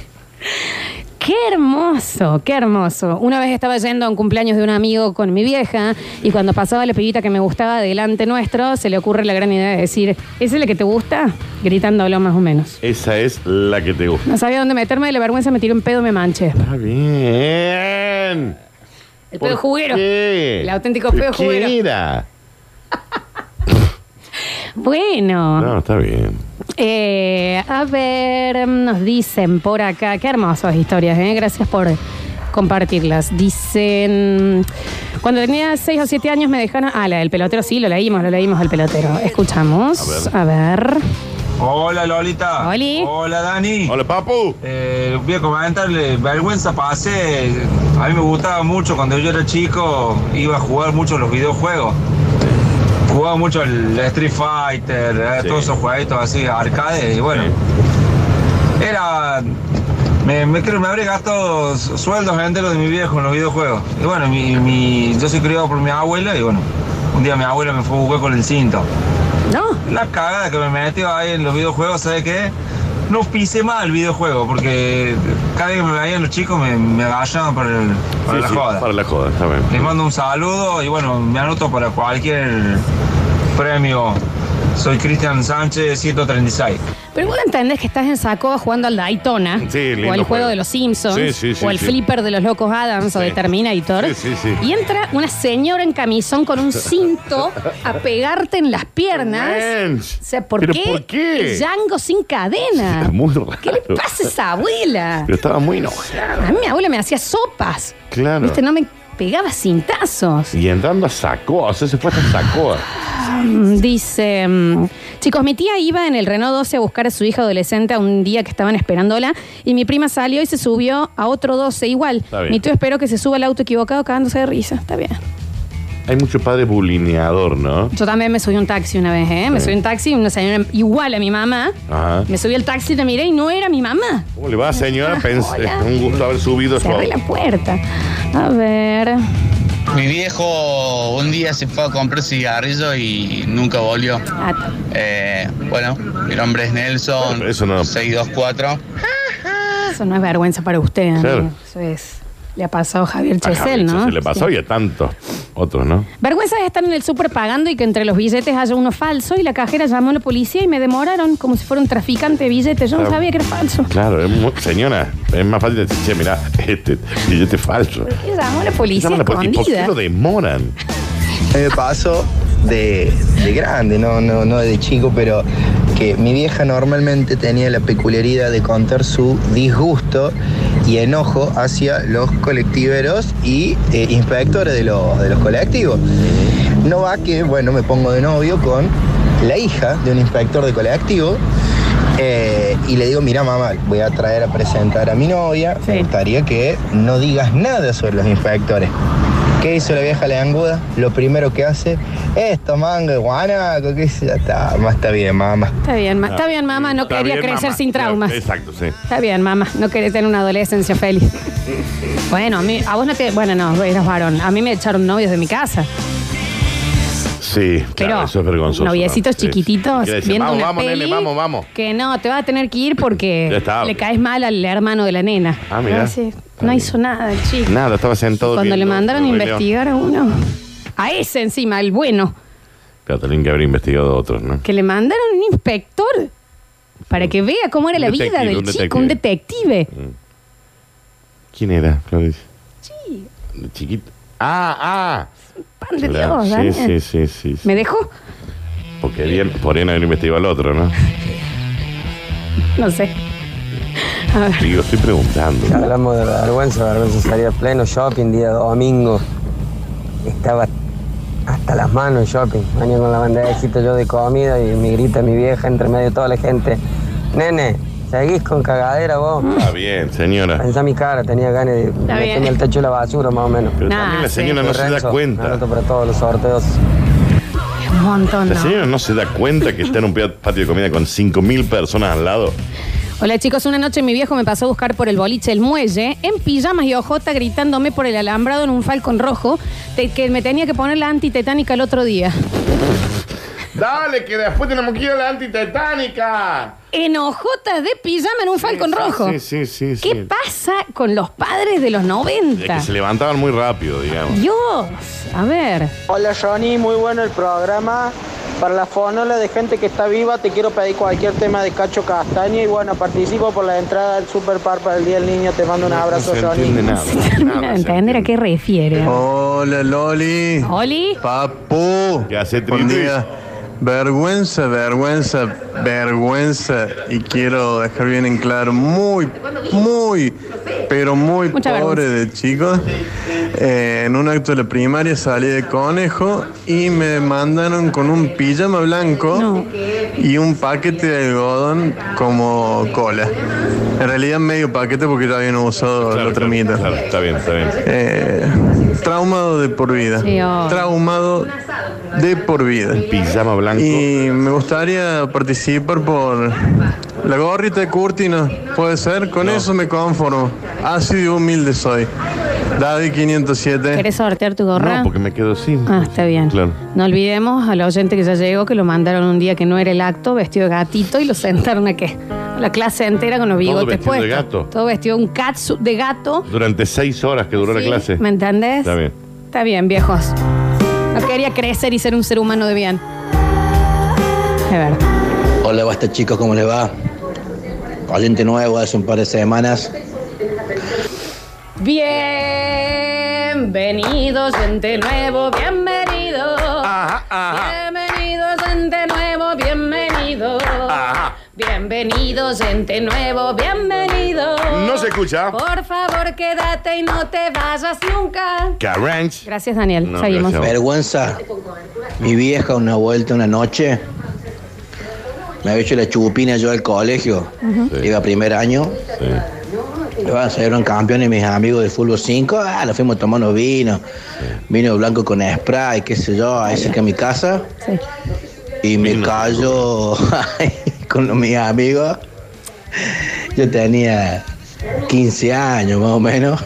[SPEAKER 1] Qué hermoso, qué hermoso. Una vez estaba yendo a un cumpleaños de un amigo con mi vieja y cuando pasaba la pibita que me gustaba delante nuestro, se le ocurre la gran idea de decir, ¿esa es la que te gusta? Gritándolo más o menos.
[SPEAKER 2] Esa es la que te gusta.
[SPEAKER 1] No sabía dónde meterme y la vergüenza me tiró un pedo y me manché.
[SPEAKER 2] Está bien.
[SPEAKER 1] El
[SPEAKER 2] ¿Por
[SPEAKER 1] pedo juguero.
[SPEAKER 2] qué?
[SPEAKER 1] El auténtico
[SPEAKER 2] ¿Pero
[SPEAKER 1] pedo
[SPEAKER 2] qué
[SPEAKER 1] juguero.
[SPEAKER 2] era?
[SPEAKER 1] (laughs) Bueno.
[SPEAKER 2] No, está bien.
[SPEAKER 1] Eh, a ver, nos dicen por acá, qué hermosas historias, ¿eh? gracias por compartirlas. Dicen, cuando tenía 6 o 7 años me dejaron... Ah, la del pelotero, sí, lo leímos, lo leímos al pelotero. Escuchamos, a ver.
[SPEAKER 7] Hola Lolita. Hola. Dani. Eh,
[SPEAKER 2] Hola Papu.
[SPEAKER 7] voy a comentarle, vergüenza pasé. A mí me gustaba mucho cuando yo era chico, iba a jugar mucho a los videojuegos. Jugaba mucho el Street Fighter, eh, todos esos jueguitos así, arcade, y bueno. Era. Me, me creo que me habré gastado sueldos enteros de mi viejo en los videojuegos. Y bueno, mi, mi- yo soy criado por mi abuela y bueno, un día mi abuela me fue a buscar con el cinto.
[SPEAKER 1] No.
[SPEAKER 7] La cagada que me metió ahí en los videojuegos, ¿sabe qué? No pisé mal el videojuego, porque cada vez que me veían los chicos me, me agachaban para, el- para
[SPEAKER 2] Sí,
[SPEAKER 7] la
[SPEAKER 2] sí,
[SPEAKER 7] joda.
[SPEAKER 2] Para la joda, está bien.
[SPEAKER 7] Les mando un saludo y bueno, me anoto para cualquier premio. Soy Cristian Sánchez, 136.
[SPEAKER 1] Pero vos entendés que estás en Sacoa jugando al Daytona,
[SPEAKER 7] Sí, lindo
[SPEAKER 1] o al juego,
[SPEAKER 7] juego.
[SPEAKER 1] de los Simpsons,
[SPEAKER 7] Sí, sí, sí,
[SPEAKER 1] o al
[SPEAKER 7] sí.
[SPEAKER 1] flipper de los locos Adams o de Terminator,
[SPEAKER 2] Sí, sí, sí.
[SPEAKER 1] y entra una señora en camisón con un cinto a pegarte en las piernas.
[SPEAKER 2] Mensch.
[SPEAKER 1] O sea, ¿por
[SPEAKER 2] ¿Pero
[SPEAKER 1] qué,
[SPEAKER 2] por qué?
[SPEAKER 1] el Django sin
[SPEAKER 2] (laughs)
[SPEAKER 1] cadena?
[SPEAKER 2] Muy raro.
[SPEAKER 1] ¿Qué le pasa a esa abuela?
[SPEAKER 2] Pero estaba muy enojada.
[SPEAKER 1] A mí mi abuela me hacía sopas.
[SPEAKER 2] Claro.
[SPEAKER 1] ¿Viste? No me pegaba cintazos.
[SPEAKER 2] Y entrando a Sacoa, o sea, se fue hasta Sacoa.
[SPEAKER 1] Mm, Dice, mm, chicos, mi tía iba en el Renault 12 a buscar a su hija adolescente a un día que estaban esperándola y mi prima salió y se subió a otro 12 igual.
[SPEAKER 2] Está bien.
[SPEAKER 1] Mi tío esperó que se suba al auto equivocado cagándose de risa. Está bien.
[SPEAKER 2] Hay mucho padre bulineador, ¿no?
[SPEAKER 1] Yo también me subí a un taxi una vez, ¿eh? Me
[SPEAKER 2] Sí.
[SPEAKER 1] subí a un taxi, una señora igual a mi mamá.
[SPEAKER 2] Ajá.
[SPEAKER 1] Me subí al taxi, te miré y no era mi mamá.
[SPEAKER 2] ¿Cómo le va, señora? Pensé, un gusto haber subido su
[SPEAKER 1] Cerré la puerta. A ver.
[SPEAKER 14] Mi viejo un día se fue a comprar cigarrillo y nunca volvió. Eh, bueno, mi nombre es Nelson, 624.
[SPEAKER 1] Eso no es vergüenza para usted, amigo.
[SPEAKER 2] Claro.
[SPEAKER 1] Eso es. Le ha pasado a Javier
[SPEAKER 2] A Javier,
[SPEAKER 1] Chesel, ¿no?
[SPEAKER 2] Se le pasó
[SPEAKER 1] Sí.
[SPEAKER 2] y a tantos otros, ¿no?
[SPEAKER 1] Vergüenza es estar en el súper pagando y que entre los billetes haya uno falso y la cajera llamó a la policía y me demoraron como si fuera un traficante de billetes. Yo no
[SPEAKER 2] Claro.
[SPEAKER 1] sabía que era falso.
[SPEAKER 2] Claro, es mu- señora, es más fácil decir, che, mirá, este billete falso.
[SPEAKER 1] ¿Qué llamó a la policía
[SPEAKER 2] Llaman a la poli- ¿Y por pues, qué
[SPEAKER 1] escondida?
[SPEAKER 2] lo demoran?
[SPEAKER 15] A mí me pasó de, de grande, no, no, no de chico, pero que mi vieja normalmente tenía la peculiaridad de contar su disgusto y enojo hacia los colectiveros y eh, inspectores de los, de los colectivos. No va que, bueno, me pongo de novio con la hija de un inspector de colectivo eh, y le digo, mira mamá, voy a traer a presentar a mi novia, me gustaría que no digas nada sobre los inspectores. ¿Qué hizo la vieja leanguda? Lo primero que hace, esto manga, de guanaco, que ya está, más está bien, mamá.
[SPEAKER 1] Está bien, ma-
[SPEAKER 2] Ah,
[SPEAKER 1] está bien, mamá. Ah, No
[SPEAKER 15] Está
[SPEAKER 1] quería
[SPEAKER 15] bien,
[SPEAKER 1] crecer
[SPEAKER 15] mamá.
[SPEAKER 1] sin traumas.
[SPEAKER 2] Exacto, sí.
[SPEAKER 1] Está bien, mamá. No quería tener una adolescencia feliz.
[SPEAKER 2] (laughs)
[SPEAKER 1] Bueno, a, mí, a vos no te... Bueno, no, eras varón. A mí me echaron novios de mi casa.
[SPEAKER 2] Sí,
[SPEAKER 1] Pero
[SPEAKER 2] claro, eso es vergonzoso.
[SPEAKER 1] noviecitos
[SPEAKER 2] Sí.
[SPEAKER 1] chiquititos
[SPEAKER 2] Quiere decir,
[SPEAKER 1] viendo
[SPEAKER 2] vamos,
[SPEAKER 1] una
[SPEAKER 2] vamos,
[SPEAKER 1] peli
[SPEAKER 2] nene, vamos, vamos.
[SPEAKER 1] que no, te vas a tener que ir porque
[SPEAKER 2] Ya está.
[SPEAKER 1] le caes mal al hermano de la nena.
[SPEAKER 2] Ah, mirá.
[SPEAKER 1] No, sí, no hizo nada el chico.
[SPEAKER 2] Nada, estaba sentado
[SPEAKER 1] Cuando le
[SPEAKER 2] viendo
[SPEAKER 1] mandaron a
[SPEAKER 2] el Rey
[SPEAKER 1] investigar a uno, a ese encima, el bueno,
[SPEAKER 2] León. Claro, tenían que haber investigado otros, ¿no?
[SPEAKER 1] que le mandaron un inspector para que vea cómo era
[SPEAKER 2] Un
[SPEAKER 1] la vida
[SPEAKER 2] detective, Mm.
[SPEAKER 1] del
[SPEAKER 2] un
[SPEAKER 1] chico, un detective.
[SPEAKER 2] ¿Quién era, Claudicia? Sí. Chiquito. Ah, ah.
[SPEAKER 1] Pan de
[SPEAKER 2] Claro,
[SPEAKER 1] Dios,
[SPEAKER 2] sí,
[SPEAKER 1] Daniel.
[SPEAKER 2] sí, sí, sí, sí.
[SPEAKER 1] ¿Me dejó?
[SPEAKER 2] Porque
[SPEAKER 1] (laughs)
[SPEAKER 2] bien, podrían haber investigado al otro, ¿no?
[SPEAKER 1] No sé.
[SPEAKER 2] Digo, estoy preguntando.
[SPEAKER 16] Si hablamos de vergüenza, vergüenza sería pleno shopping día domingo. Estaba hasta las manos en shopping. Venía con la bandejita yo de comida y me grita mi vieja entre medio de toda la gente. Nene, seguís con cagadera vos.
[SPEAKER 2] Está Ah, bien, señora.
[SPEAKER 16] Pensá mi cara, tenía ganas de meterme
[SPEAKER 1] bien.
[SPEAKER 16] el techo de la basura más o menos.
[SPEAKER 2] Pero Nah, también la señora sí. no se da
[SPEAKER 16] Renzo,
[SPEAKER 2] cuenta.
[SPEAKER 16] anoto para todos los sorteos.
[SPEAKER 1] Un montón,
[SPEAKER 2] La
[SPEAKER 1] ¿no?
[SPEAKER 2] señora no se da cuenta que está en un patio de comida con 5.000 personas al lado.
[SPEAKER 1] Hola chicos, una noche mi viejo me pasó a buscar por el boliche El Muelle, en pijamas y ojota, gritándome por el alambrado en un falcón rojo, te- que me tenía que poner la antitetánica el otro día.
[SPEAKER 2] Dale, que después tenemos que ir a la antitetánica.
[SPEAKER 1] En ojotas de pijama en un falcón rojo.
[SPEAKER 2] Sí, Ah, sí, sí. sí.
[SPEAKER 1] ¿Qué pasa con los padres de los 90?
[SPEAKER 2] Es que se levantaban muy rápido, digamos.
[SPEAKER 1] Dios, a ver.
[SPEAKER 17] Hola Johnny, muy bueno el programa. Para la fonola de gente que está viva, te quiero pedir cualquier tema de Cacho Castaña. Y bueno, participo por la entrada al Super Par para el Día del Niño. Te mando un abrazo, Johnny.
[SPEAKER 1] Termina de entender a qué refiere.
[SPEAKER 18] Hola Loli.
[SPEAKER 1] Oli.
[SPEAKER 18] Papu.
[SPEAKER 2] ¿Qué hace
[SPEAKER 18] Buen día. Vergüenza, vergüenza, vergüenza. Y quiero dejar bien en claro, muy, muy, pero muy
[SPEAKER 1] Mucha
[SPEAKER 18] pobre de chicos. Eh, en un acto de la primaria salí de conejo y me mandaron con un pijama blanco y un paquete de algodón como cola. En realidad medio paquete porque ya habían usado la otra mitad.
[SPEAKER 2] Está bien, está bien.
[SPEAKER 18] Eh, traumado de por vida.
[SPEAKER 1] Sí, oh.
[SPEAKER 18] Traumado de por vida.
[SPEAKER 2] Pijama blanco.
[SPEAKER 18] Y me gustaría participar por la gorrita de Curtino. ¿Puede ser? Con eso me conformo. Así de humilde soy. David 507.
[SPEAKER 1] ¿Querés sortear tu gorra?
[SPEAKER 18] No,
[SPEAKER 2] eh, Porque me quedo sin.
[SPEAKER 1] Ah, está bien.
[SPEAKER 2] Claro.
[SPEAKER 1] No olvidemos al oyente que ya llegó que lo mandaron un día que no era el acto, vestido de gatito, y lo sentaron a qué? A La clase entera con los bigotes
[SPEAKER 2] vestido de
[SPEAKER 1] puestos.
[SPEAKER 2] gato.
[SPEAKER 1] Todo vestido de un catsuit de gato.
[SPEAKER 2] Durante seis horas que duró la
[SPEAKER 1] Sí,
[SPEAKER 2] clase.
[SPEAKER 1] ¿Me entendés?
[SPEAKER 2] Está bien.
[SPEAKER 1] Está bien, viejos. No quería crecer y ser un ser humano de bien. A ver.
[SPEAKER 19] Hola, basta chicos, ¿cómo les va? Oyente nuevo hace un par de semanas.
[SPEAKER 1] Bienvenidos, gente nuevo, bienvenido.
[SPEAKER 12] Ajá, ajá.
[SPEAKER 1] Bienvenidos, gente nuevo, bienvenido. Bienvenidos, gente nuevo, bienvenido.
[SPEAKER 2] No se escucha.
[SPEAKER 1] Por favor, quédate y no te vayas nunca.
[SPEAKER 2] Carranch.
[SPEAKER 1] Gracias, Daniel. Seguimos.
[SPEAKER 19] Vergüenza. Mi vieja una vuelta, una noche, me había hecho la chupina yo al colegio.
[SPEAKER 12] Ujú.
[SPEAKER 19] Iba a primer año. Iba, Salieron campeones mis amigos del fútbol 5. Ah, nos fuimos tomando vino. Vino blanco con spray, qué sé yo, ahí cerca de mi casa. Y me callo (laughs) con los- mis amigos. Yo tenía 15 años más o menos.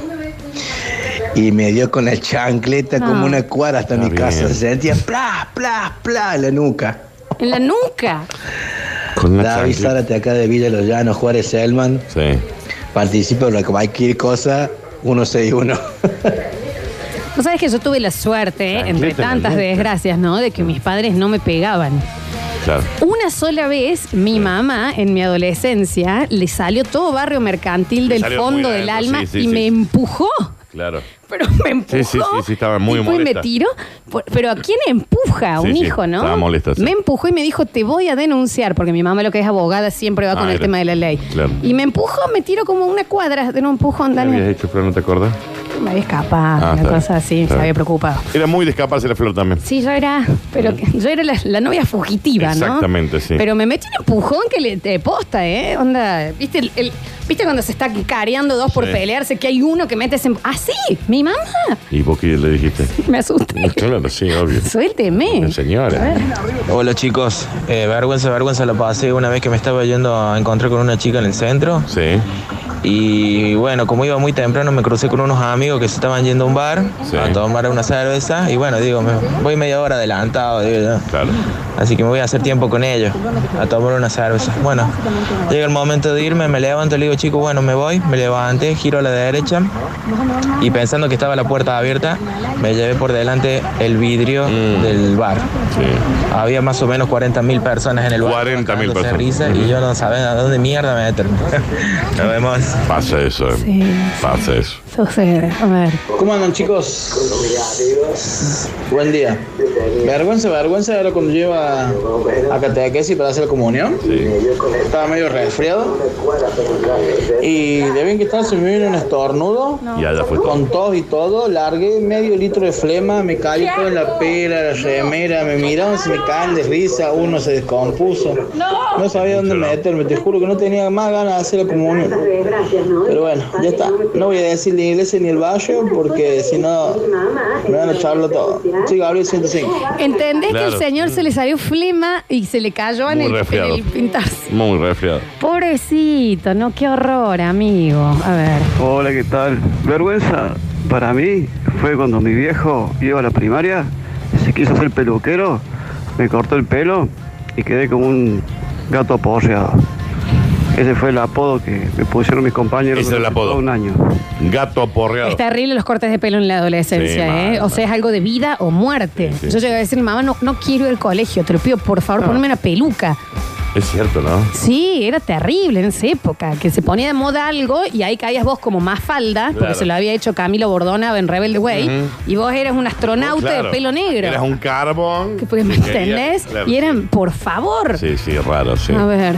[SPEAKER 19] Y me dio con la chancleta como
[SPEAKER 1] No.
[SPEAKER 19] una cuadra hasta mi casa. Se sentía plas, plas, plas en la nuca.
[SPEAKER 1] En la nuca.
[SPEAKER 19] David
[SPEAKER 1] chancleta.
[SPEAKER 19] Zárate acá de Villa Los Llanos, Juárez Selman.
[SPEAKER 2] Sí.
[SPEAKER 19] Participa en cualquier cosa, 161.
[SPEAKER 1] Vos sabés que yo tuve la suerte, eh, entre
[SPEAKER 19] Chancleta en la
[SPEAKER 1] tantas
[SPEAKER 19] nuca.
[SPEAKER 1] desgracias, ¿no? De que mis padres no me pegaban.
[SPEAKER 2] Claro.
[SPEAKER 1] Una sola vez, mi mamá, en mi adolescencia, le salió todo barrio mercantil
[SPEAKER 2] Le
[SPEAKER 1] del
[SPEAKER 2] salió muy
[SPEAKER 1] fondo del
[SPEAKER 2] adentro,
[SPEAKER 1] alma
[SPEAKER 2] sí, sí,
[SPEAKER 1] y
[SPEAKER 2] sí.
[SPEAKER 1] me empujó.
[SPEAKER 2] Claro.
[SPEAKER 1] Pero me empujó.
[SPEAKER 2] Sí, sí, sí, sí, estaba muy
[SPEAKER 1] y
[SPEAKER 2] molesta.
[SPEAKER 1] me tiró. Por- Pero ¿a quién empuja? A
[SPEAKER 2] Sí,
[SPEAKER 1] un
[SPEAKER 2] sí,
[SPEAKER 1] hijo, ¿no?
[SPEAKER 2] estaba molesta, sí.
[SPEAKER 1] Me empujó y me dijo, te voy a denunciar, porque mi mamá lo que es abogada siempre va
[SPEAKER 2] Ah,
[SPEAKER 1] con el
[SPEAKER 2] era-
[SPEAKER 1] tema de la ley.
[SPEAKER 2] Claro.
[SPEAKER 1] Y me empujó, me tiró como una cuadra de un empujón,
[SPEAKER 2] ¿Qué habías
[SPEAKER 1] Daniel.
[SPEAKER 2] hecho, Flor? ¿No te acordás?
[SPEAKER 1] Me había escapado,
[SPEAKER 2] Ah,
[SPEAKER 1] una
[SPEAKER 2] está bien,
[SPEAKER 1] cosa así,
[SPEAKER 2] está
[SPEAKER 1] se había
[SPEAKER 2] bien.
[SPEAKER 1] preocupado.
[SPEAKER 2] Era muy de escaparse la Flor también.
[SPEAKER 1] Sí, yo era, pero que- yo era la, la novia fugitiva, ¿no?
[SPEAKER 2] Exactamente, sí.
[SPEAKER 1] Pero me metí un empujón que le te posta, ¿eh? Onda, ¿viste, el- el- ¿viste cuando se está careando dos por
[SPEAKER 2] Sí.
[SPEAKER 1] pelearse que hay uno que mete ese... Ah, sí, mi mamá. (laughs)
[SPEAKER 2] ¿Y vos qué le dijiste?
[SPEAKER 1] Me asusté.
[SPEAKER 2] Claro, sí, obvio.
[SPEAKER 1] Suélteme.
[SPEAKER 2] Señora.
[SPEAKER 20] Hola chicos, Eh, vergüenza, vergüenza la pasé una vez que me estaba yendo a encontrar con una chica en el centro.
[SPEAKER 2] Sí.
[SPEAKER 20] Y bueno, como iba muy temprano me crucé con unos amigos que se estaban yendo a un bar a tomar una cerveza y bueno, digo, me voy media hora adelantado, digo yo. Así que me voy a hacer tiempo con ellos a tomar una cerveza. Bueno, llega el momento de irme, me levanto, le digo, chico, bueno, me voy, me levanté, giro a la derecha y pensando que estaba la puerta abierta, me llevé por delante el vidrio
[SPEAKER 2] Mm.
[SPEAKER 20] del bar. Había más o menos 40.000 personas en el bar. 40.000
[SPEAKER 2] personas.
[SPEAKER 20] Y yo no sabía a dónde mierda meterme. (laughs) Nos vemos.
[SPEAKER 2] Pasa eso, eh.
[SPEAKER 1] Sí.
[SPEAKER 2] Pasa eso.
[SPEAKER 1] Sucede, a ver.
[SPEAKER 20] ¿Cómo andan chicos? Buen día.
[SPEAKER 17] Vergüenza, vergüenza era cuando yo iba a catequesis para hacer la comunión. Estaba medio resfriado. Y de bien que estaba, se me vino un estornudo.
[SPEAKER 2] Y allá fue todo.
[SPEAKER 17] Con tos y todo, largué medio litro de flema, me caí toda la pera, la remera, me miraron, se me caen de risa, uno se descompuso. No, sabía dónde meterme, te juro que no tenía más ganas de hacer la comunión. Pero bueno, ya está. No voy a decir ni iglesia ni el valle porque si no me van a echarlo todo. Sí, Gabriel 105.
[SPEAKER 1] ¿Entendés que
[SPEAKER 2] Claro.
[SPEAKER 1] el señor se le salió flema y se le cayó en
[SPEAKER 2] Muy
[SPEAKER 1] el,
[SPEAKER 2] resfriado.
[SPEAKER 1] en el pintarse?
[SPEAKER 2] Muy resfriado.
[SPEAKER 1] Pobrecito, no, qué horror, amigo. A ver.
[SPEAKER 21] Hola, ¿qué tal? Vergüenza para mí fue cuando mi viejo iba a la primaria, se quiso hacer peluquero, me cortó el pelo y quedé como un gato aporreado. Ese fue el apodo que me pusieron mis compañeros
[SPEAKER 2] Ese es el
[SPEAKER 21] durante
[SPEAKER 2] apodo.
[SPEAKER 21] todo un año.
[SPEAKER 2] Gato aporreado.
[SPEAKER 1] Es terrible los cortes de pelo en la adolescencia,
[SPEAKER 2] Sí,
[SPEAKER 1] ¿eh?
[SPEAKER 2] mal,
[SPEAKER 1] o sea, es algo de vida o muerte. Yo llegué a decir, mamá, no, no quiero ir al colegio, te lo pido, por favor, ponme una peluca.
[SPEAKER 2] Es cierto, ¿no?
[SPEAKER 1] Sí, era terrible en esa época, que se ponía de moda algo y ahí caías vos como más falda, porque
[SPEAKER 2] Claro.
[SPEAKER 1] se lo había hecho Camilo Bordona en Rebelde Way,
[SPEAKER 2] Ujú. Oh,
[SPEAKER 1] y vos eras un astronauta
[SPEAKER 2] Claro.
[SPEAKER 1] de pelo negro.
[SPEAKER 2] Eras un carbón.
[SPEAKER 1] Que, pues, ¿Me
[SPEAKER 2] Quería-
[SPEAKER 1] entendés?
[SPEAKER 2] claro.
[SPEAKER 1] Y eran, por favor.
[SPEAKER 2] Sí, sí, raro, sí.
[SPEAKER 1] A ver.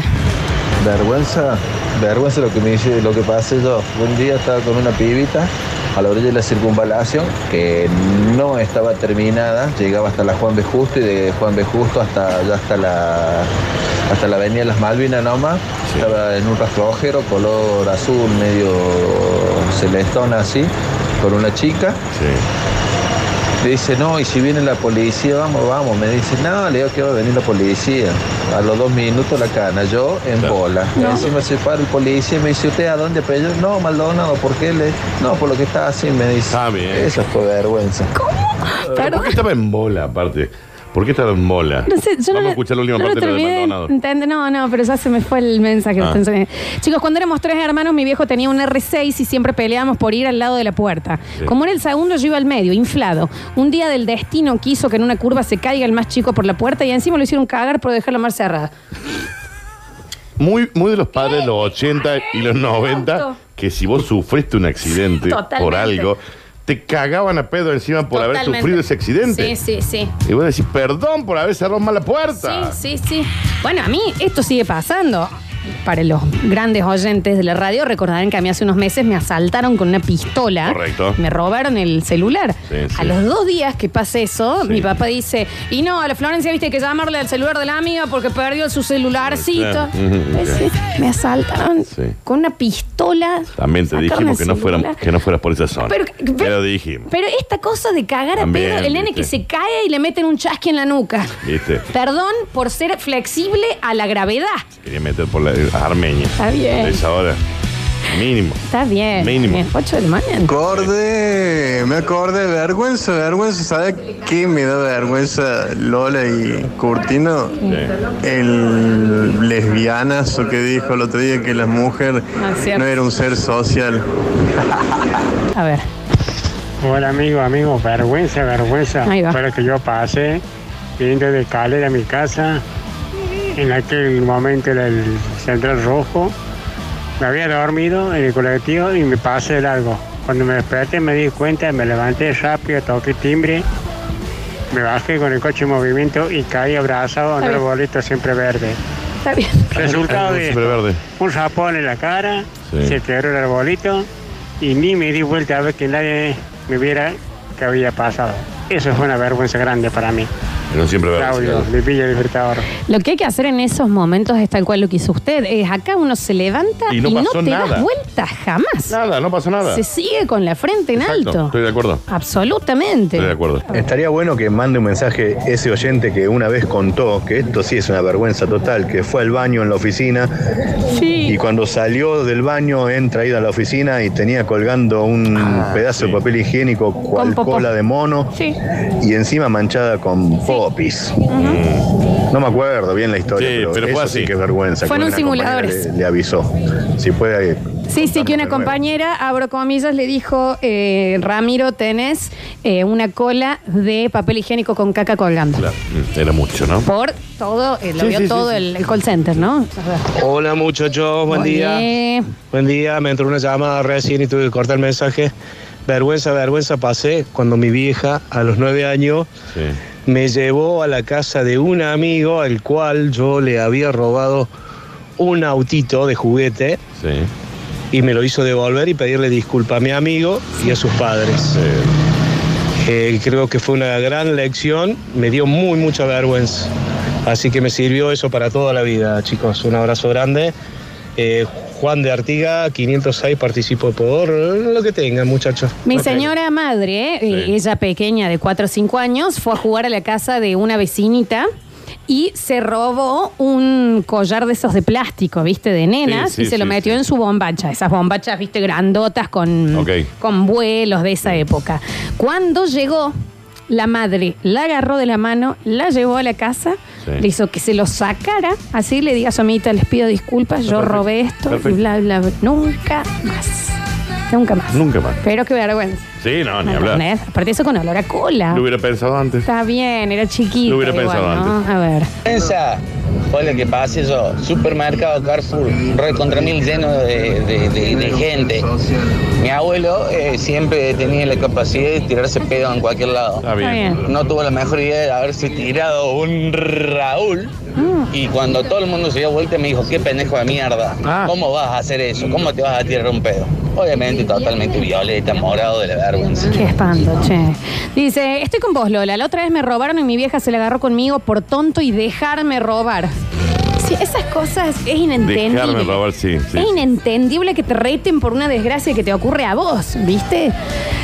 [SPEAKER 22] Vergüenza, vergüenza lo que me dice, lo que pasé yo. Un día estaba con una pibita a la orilla de la circunvalación que no estaba terminada, llegaba hasta la Juan B. Justo y de Juan B. Justo hasta ya hasta la hasta la avenida Las Malvinas nomás, estaba en un rastrojero color azul medio celestón así, con una chica. Le dice, no, y si viene la policía, vamos, vamos. Me dice, no, le digo que va a venir la policía. A los dos minutos la cana, yo en bola.
[SPEAKER 23] No.
[SPEAKER 22] Encima se para el policía y me dice, ¿usted a dónde? Pero yo, no, Maldonado, ¿por qué le...? No, por lo que está así, me dice. Eso fue vergüenza.
[SPEAKER 2] Pero ¿Por qué estaba en bola, aparte? ¿Por qué estaba en bola?
[SPEAKER 1] No sé, yo
[SPEAKER 2] Vamos
[SPEAKER 1] no,
[SPEAKER 2] a escuchar la última
[SPEAKER 1] no lo
[SPEAKER 2] parte de lo de
[SPEAKER 1] terminé de
[SPEAKER 2] Maldonado.
[SPEAKER 1] entender. No, no, pero ya se me fue el mensaje.
[SPEAKER 2] Ah.
[SPEAKER 1] Entonces, Chicos, cuando éramos tres hermanos, mi viejo tenía un R6 y siempre peleábamos por ir al lado de la puerta.
[SPEAKER 24] Sí.
[SPEAKER 1] Como era el segundo, yo iba al medio, inflado. Un día del destino quiso que en una curva se caiga el más chico por la puerta y encima lo hicieron cagar por dejarlo más cerrada.
[SPEAKER 2] Muy, muy de los padres de los 80 y los 90,
[SPEAKER 1] Auto.
[SPEAKER 2] que si vos sufriste un accidente
[SPEAKER 1] Totalmente.
[SPEAKER 2] por algo, te cagaban a pedo encima por haber
[SPEAKER 1] Totalmente.
[SPEAKER 2] sufrido ese accidente.
[SPEAKER 1] Sí, sí, sí.
[SPEAKER 2] Y vos decís, perdón por haber cerrado mal la puerta.
[SPEAKER 1] Sí, sí, sí. Bueno, a mí esto sigue pasando. Para los grandes oyentes de la radio, recordarán que a mí hace unos meses me asaltaron con una pistola.
[SPEAKER 2] Correcto.
[SPEAKER 1] Me robaron el celular.
[SPEAKER 2] Sí, sí.
[SPEAKER 1] A los dos días que pasa eso, mi papá dice, y no, a la Florencia viste que llamarle al celular de la amiga porque perdió su celularcito.
[SPEAKER 2] (laughs) Claro. Ujú,
[SPEAKER 1] Es-
[SPEAKER 2] ok.
[SPEAKER 1] Me asaltaron
[SPEAKER 2] Sí.
[SPEAKER 1] con una pistola.
[SPEAKER 2] También te
[SPEAKER 1] Sacaron
[SPEAKER 2] dijimos
[SPEAKER 1] el
[SPEAKER 2] que no, fueran,
[SPEAKER 1] celular.
[SPEAKER 2] que no fueras por esa zona.
[SPEAKER 1] Pero- pero-
[SPEAKER 2] Te lo dijimos,
[SPEAKER 1] Pero esta cosa de cagar a
[SPEAKER 2] También,
[SPEAKER 1] pedo, el nene
[SPEAKER 2] viste.
[SPEAKER 1] que se cae y le meten un chasqui en la nuca.
[SPEAKER 2] ¿viste?
[SPEAKER 1] Perdón por ser flexible a la gravedad.
[SPEAKER 2] Quería meter por la a Armenia.
[SPEAKER 1] Está bien.
[SPEAKER 2] A esa hora. Mínimo.
[SPEAKER 1] Está bien.
[SPEAKER 18] Mínimo.
[SPEAKER 1] Bien. pues. Ocho de la mañana.
[SPEAKER 18] Acorde, me acorde, vergüenza, vergüenza. ¿Sabe qué me da vergüenza Lola y Curtino? El lesbianazo que dijo el otro día que la mujer
[SPEAKER 1] Ah, cierto.
[SPEAKER 18] no era un ser social.
[SPEAKER 1] A ver.
[SPEAKER 25] Hola amigo, amigo, vergüenza, vergüenza.
[SPEAKER 1] Ahí va.
[SPEAKER 25] Fue lo que yo pasé viendo de Calera a mi casa, en aquel momento era el central rojo. Me había dormido en el colectivo y me pasé de largo. Cuando me desperté me di cuenta, me levanté rápido, toqué timbre, me bajé con el coche en movimiento y caí abrazado en
[SPEAKER 1] Está
[SPEAKER 25] un
[SPEAKER 1] bien.
[SPEAKER 25] arbolito siempre verde.
[SPEAKER 1] Está bien.
[SPEAKER 25] Resultado de
[SPEAKER 2] Siempre verde.
[SPEAKER 25] un rapón en la cara,
[SPEAKER 2] Sí.
[SPEAKER 25] se quebró el arbolito y ni me di vuelta a ver que nadie me viera que había pasado. Eso fue una vergüenza grande para mí.
[SPEAKER 2] No siempre
[SPEAKER 25] Claudio,
[SPEAKER 2] verde.
[SPEAKER 25] mi pilla libertador.
[SPEAKER 1] Lo que hay que hacer en esos momentos es tal cual lo que hizo usted. Es acá uno se levanta y
[SPEAKER 2] Y
[SPEAKER 1] no,
[SPEAKER 2] no pasó
[SPEAKER 1] te
[SPEAKER 2] nada.
[SPEAKER 1] das vuelta jamás.
[SPEAKER 2] Nada, no pasó nada.
[SPEAKER 1] Se sigue con la frente en
[SPEAKER 2] Exacto,
[SPEAKER 1] alto.
[SPEAKER 2] Estoy de acuerdo.
[SPEAKER 1] Absolutamente.
[SPEAKER 2] Estoy de acuerdo.
[SPEAKER 8] Estaría bueno que mande un mensaje ese oyente que una vez contó que esto sí es una vergüenza total, que fue al baño en la oficina y cuando salió del baño entra ida a la oficina y tenía colgando un
[SPEAKER 2] Ah,
[SPEAKER 8] pedazo de papel higiénico cual
[SPEAKER 1] popó.
[SPEAKER 8] cola de mono
[SPEAKER 1] Sí.
[SPEAKER 8] y encima manchada con popis. No me acuerdo bien la historia, pero, eso sí que es vergüenza.
[SPEAKER 1] Fueron
[SPEAKER 8] que una compañera
[SPEAKER 1] simuladores.
[SPEAKER 8] Le, le avisó. Si puede eh,
[SPEAKER 1] Sí, sí, que una compañera, abro comillas, le dijo, eh, Ramiro, tenés eh, una cola de papel higiénico con caca colgando.
[SPEAKER 2] Claro, mm, Era mucho, ¿no?
[SPEAKER 1] Por todo, eh, lo
[SPEAKER 2] Sí,
[SPEAKER 1] vio
[SPEAKER 2] sí, sí,
[SPEAKER 1] todo
[SPEAKER 2] sí.
[SPEAKER 1] El, el call center, ¿no?
[SPEAKER 26] Hola muchachos, buen
[SPEAKER 1] Oye.
[SPEAKER 26] día. Buen día, me entró una llamada recién y tuve que cortar el mensaje. Vergüenza, vergüenza pasé cuando mi vieja a los nueve años me llevó a la casa de un amigo al cual yo le había robado un autito de juguete. Y me lo hizo devolver y pedirle disculpas a mi amigo y a sus padres. Eh, creo que fue una gran lección, me dio muy mucha vergüenza. Así que me sirvió eso para toda la vida, chicos. Un abrazo grande. Eh, Juan de Artiga, 506, participo por lo que tengan, muchachos.
[SPEAKER 1] Mi señora madre, eh, ella pequeña de 4 o 5 años, fue a jugar a la casa de una vecinita y se robó un collar de esos de plástico, viste, de nenas,
[SPEAKER 2] Sí, sí,
[SPEAKER 1] y se lo
[SPEAKER 2] sí,
[SPEAKER 1] metió en su bombacha, esas bombachas, viste, grandotas con,
[SPEAKER 2] Ok.
[SPEAKER 1] con vuelos de esa época. Cuando llegó, la madre la agarró de la mano, la llevó a la casa,
[SPEAKER 2] Sí.
[SPEAKER 1] le hizo que se lo sacara, así le diga a su amiguita, les pido disculpas, yo
[SPEAKER 2] Perfecto,
[SPEAKER 1] robé esto, y
[SPEAKER 2] perfecto.
[SPEAKER 1] bla, bla, bla. Nunca más. Nunca más.
[SPEAKER 2] Nunca más.
[SPEAKER 1] Pero qué vergüenza.
[SPEAKER 2] Sí, no, ni hablar.
[SPEAKER 1] ¿Entendés? Aparte eso con olor a cola.
[SPEAKER 2] Lo hubiera pensado antes.
[SPEAKER 1] Está bien, era chiquito.
[SPEAKER 2] Lo hubiera
[SPEAKER 1] igual,
[SPEAKER 2] pensado
[SPEAKER 1] ¿no? A ver.
[SPEAKER 14] Vergüenza fue lo que pasé yo. Supermercado Carrefour, recontra mil lleno de, de- de- de gente. Mi abuelo eh, siempre tenía la capacidad de tirarse pedo en cualquier lado.
[SPEAKER 2] bien.
[SPEAKER 1] Está bien.
[SPEAKER 14] No tuvo la mejor idea de haberse tirado un Raúl.
[SPEAKER 1] Mm.
[SPEAKER 14] Y cuando todo el mundo se dio vuelta me dijo, qué pendejo de mierda. ¿Cómo vas a hacer eso? ¿Cómo te vas a tirar un pedo? Obviamente totalmente violeta, morado de la vergüenza.
[SPEAKER 1] Qué espanto, che. Dice, estoy con vos, Lola. La otra vez me robaron y mi vieja se la agarró conmigo por tonto y dejarme robar. Sí, esas cosas es inentendible.
[SPEAKER 2] Dejarme robar, sí. sí.
[SPEAKER 1] Es inentendible que te reten por una desgracia que te ocurre a vos, ¿viste?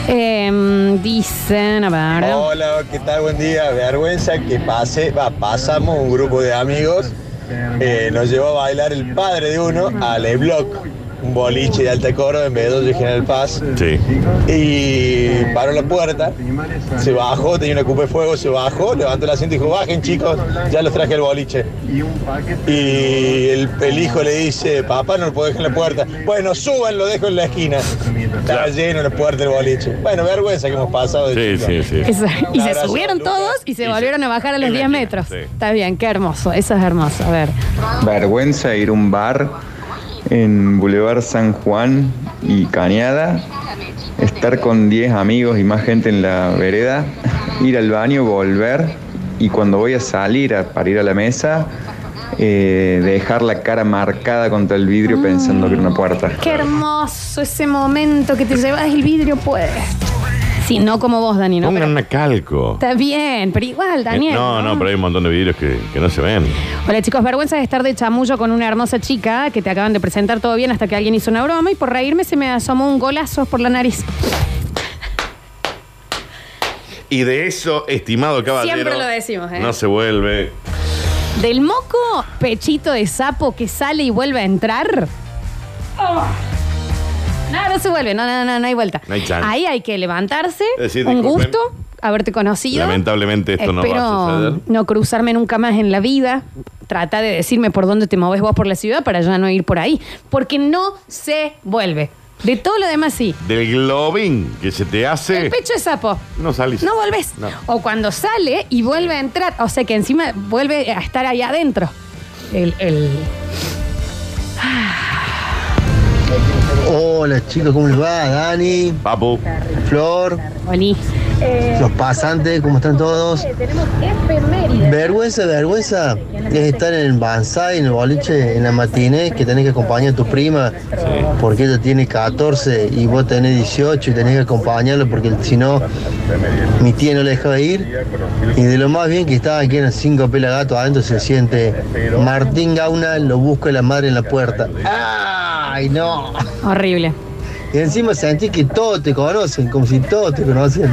[SPEAKER 1] Em, dicen, a ver.
[SPEAKER 2] Oh,
[SPEAKER 4] Hola, ¿qué tal? Buen día. Vergüenza que pase, va, pasamos un grupo de amigos. eh, nos llevó a bailar el padre de uno al E-Block, un boliche de alta coro en Bedoya y General Paz. Y paró la puerta, se bajó, tenía una cupa de fuego, se bajó, levantó el asiento y dijo, bajen chicos, ya los traje al boliche. Y el, el hijo le dice, papá, no lo puedo dejar en la puerta. Bueno, suban, lo dejo en la esquina. Estaba lleno la puerta del boliche. Bueno, vergüenza que hemos pasado. De
[SPEAKER 2] Sí, sí, sí.
[SPEAKER 1] Esa- y
[SPEAKER 4] Un
[SPEAKER 1] se
[SPEAKER 4] abrazo,
[SPEAKER 1] subieron todos y se volvieron a bajar a los 10 metros. Está bien, qué hermoso. Eso es hermoso. A ver.
[SPEAKER 5] Vergüenza ir a un bar en Boulevard San Juan y Cañada, estar con 10 amigos y más gente en la vereda, ir al baño, volver y cuando voy a salir a, para ir a la mesa, eh, dejar la cara marcada contra el vidrio pensando que era una puerta.
[SPEAKER 1] Qué hermoso ese momento que te llevas el vidrio pues. Sí, no como vos, Dani, ¿no?
[SPEAKER 2] Pongan una calco.
[SPEAKER 1] Está bien, pero igual, Daniel.
[SPEAKER 2] Eh, no, no, pero hay un montón de vidrios que, que no se ven.
[SPEAKER 1] Hola chicos, vergüenza de estar de chamullo con una hermosa chica que te acaban de presentar todo bien hasta que alguien hizo una broma y por reírme se me asomó un golazo por la nariz.
[SPEAKER 2] Y de eso, estimado caballero.
[SPEAKER 1] Siempre lo decimos, ¿eh?
[SPEAKER 2] No se vuelve.
[SPEAKER 1] Del moco pechito de sapo que sale y vuelve a entrar. Oh. No, no se vuelve, no, no, no, no hay vuelta.
[SPEAKER 2] No hay chance.
[SPEAKER 1] Ahí hay que levantarse.
[SPEAKER 2] Es decir,
[SPEAKER 1] un
[SPEAKER 2] disculpen.
[SPEAKER 1] gusto haberte conocido.
[SPEAKER 2] Lamentablemente esto no va a
[SPEAKER 1] Espero
[SPEAKER 2] suceder.
[SPEAKER 1] no cruzarme nunca más en la vida. Trata de decirme por dónde te moves vos por la ciudad para ya no ir por ahí. Porque no se vuelve. De todo lo demás sí.
[SPEAKER 2] Del globing que se te hace.
[SPEAKER 1] El pecho de sapo.
[SPEAKER 2] No salís.
[SPEAKER 1] No volvés.
[SPEAKER 2] No.
[SPEAKER 1] (clears throat) O cuando sale y vuelve a entrar. O sea que encima vuelve a estar ahí adentro. El, el-
[SPEAKER 27] Hola chicos, ¿cómo les va? Dani,
[SPEAKER 2] Papu,
[SPEAKER 27] Flor,
[SPEAKER 1] Oli.
[SPEAKER 27] los pasantes, ¿cómo están todos? Vergüenza, vergüenza es estar en Banzai, en el boliche, en la matiné, que tenés que acompañar a tu prima porque ella tiene 14 y vos tenés 18 y tenés que acompañarlo porque si no, mi tía no la dejaba ir. Y de lo más bien que estaba aquí en cinco pelagatos adentro se siente Martín Gauna, lo busca la madre en la puerta. ¡Ay, no!
[SPEAKER 1] Horrible.
[SPEAKER 27] Y encima sentí que todos te conocen, como si todos te conocen.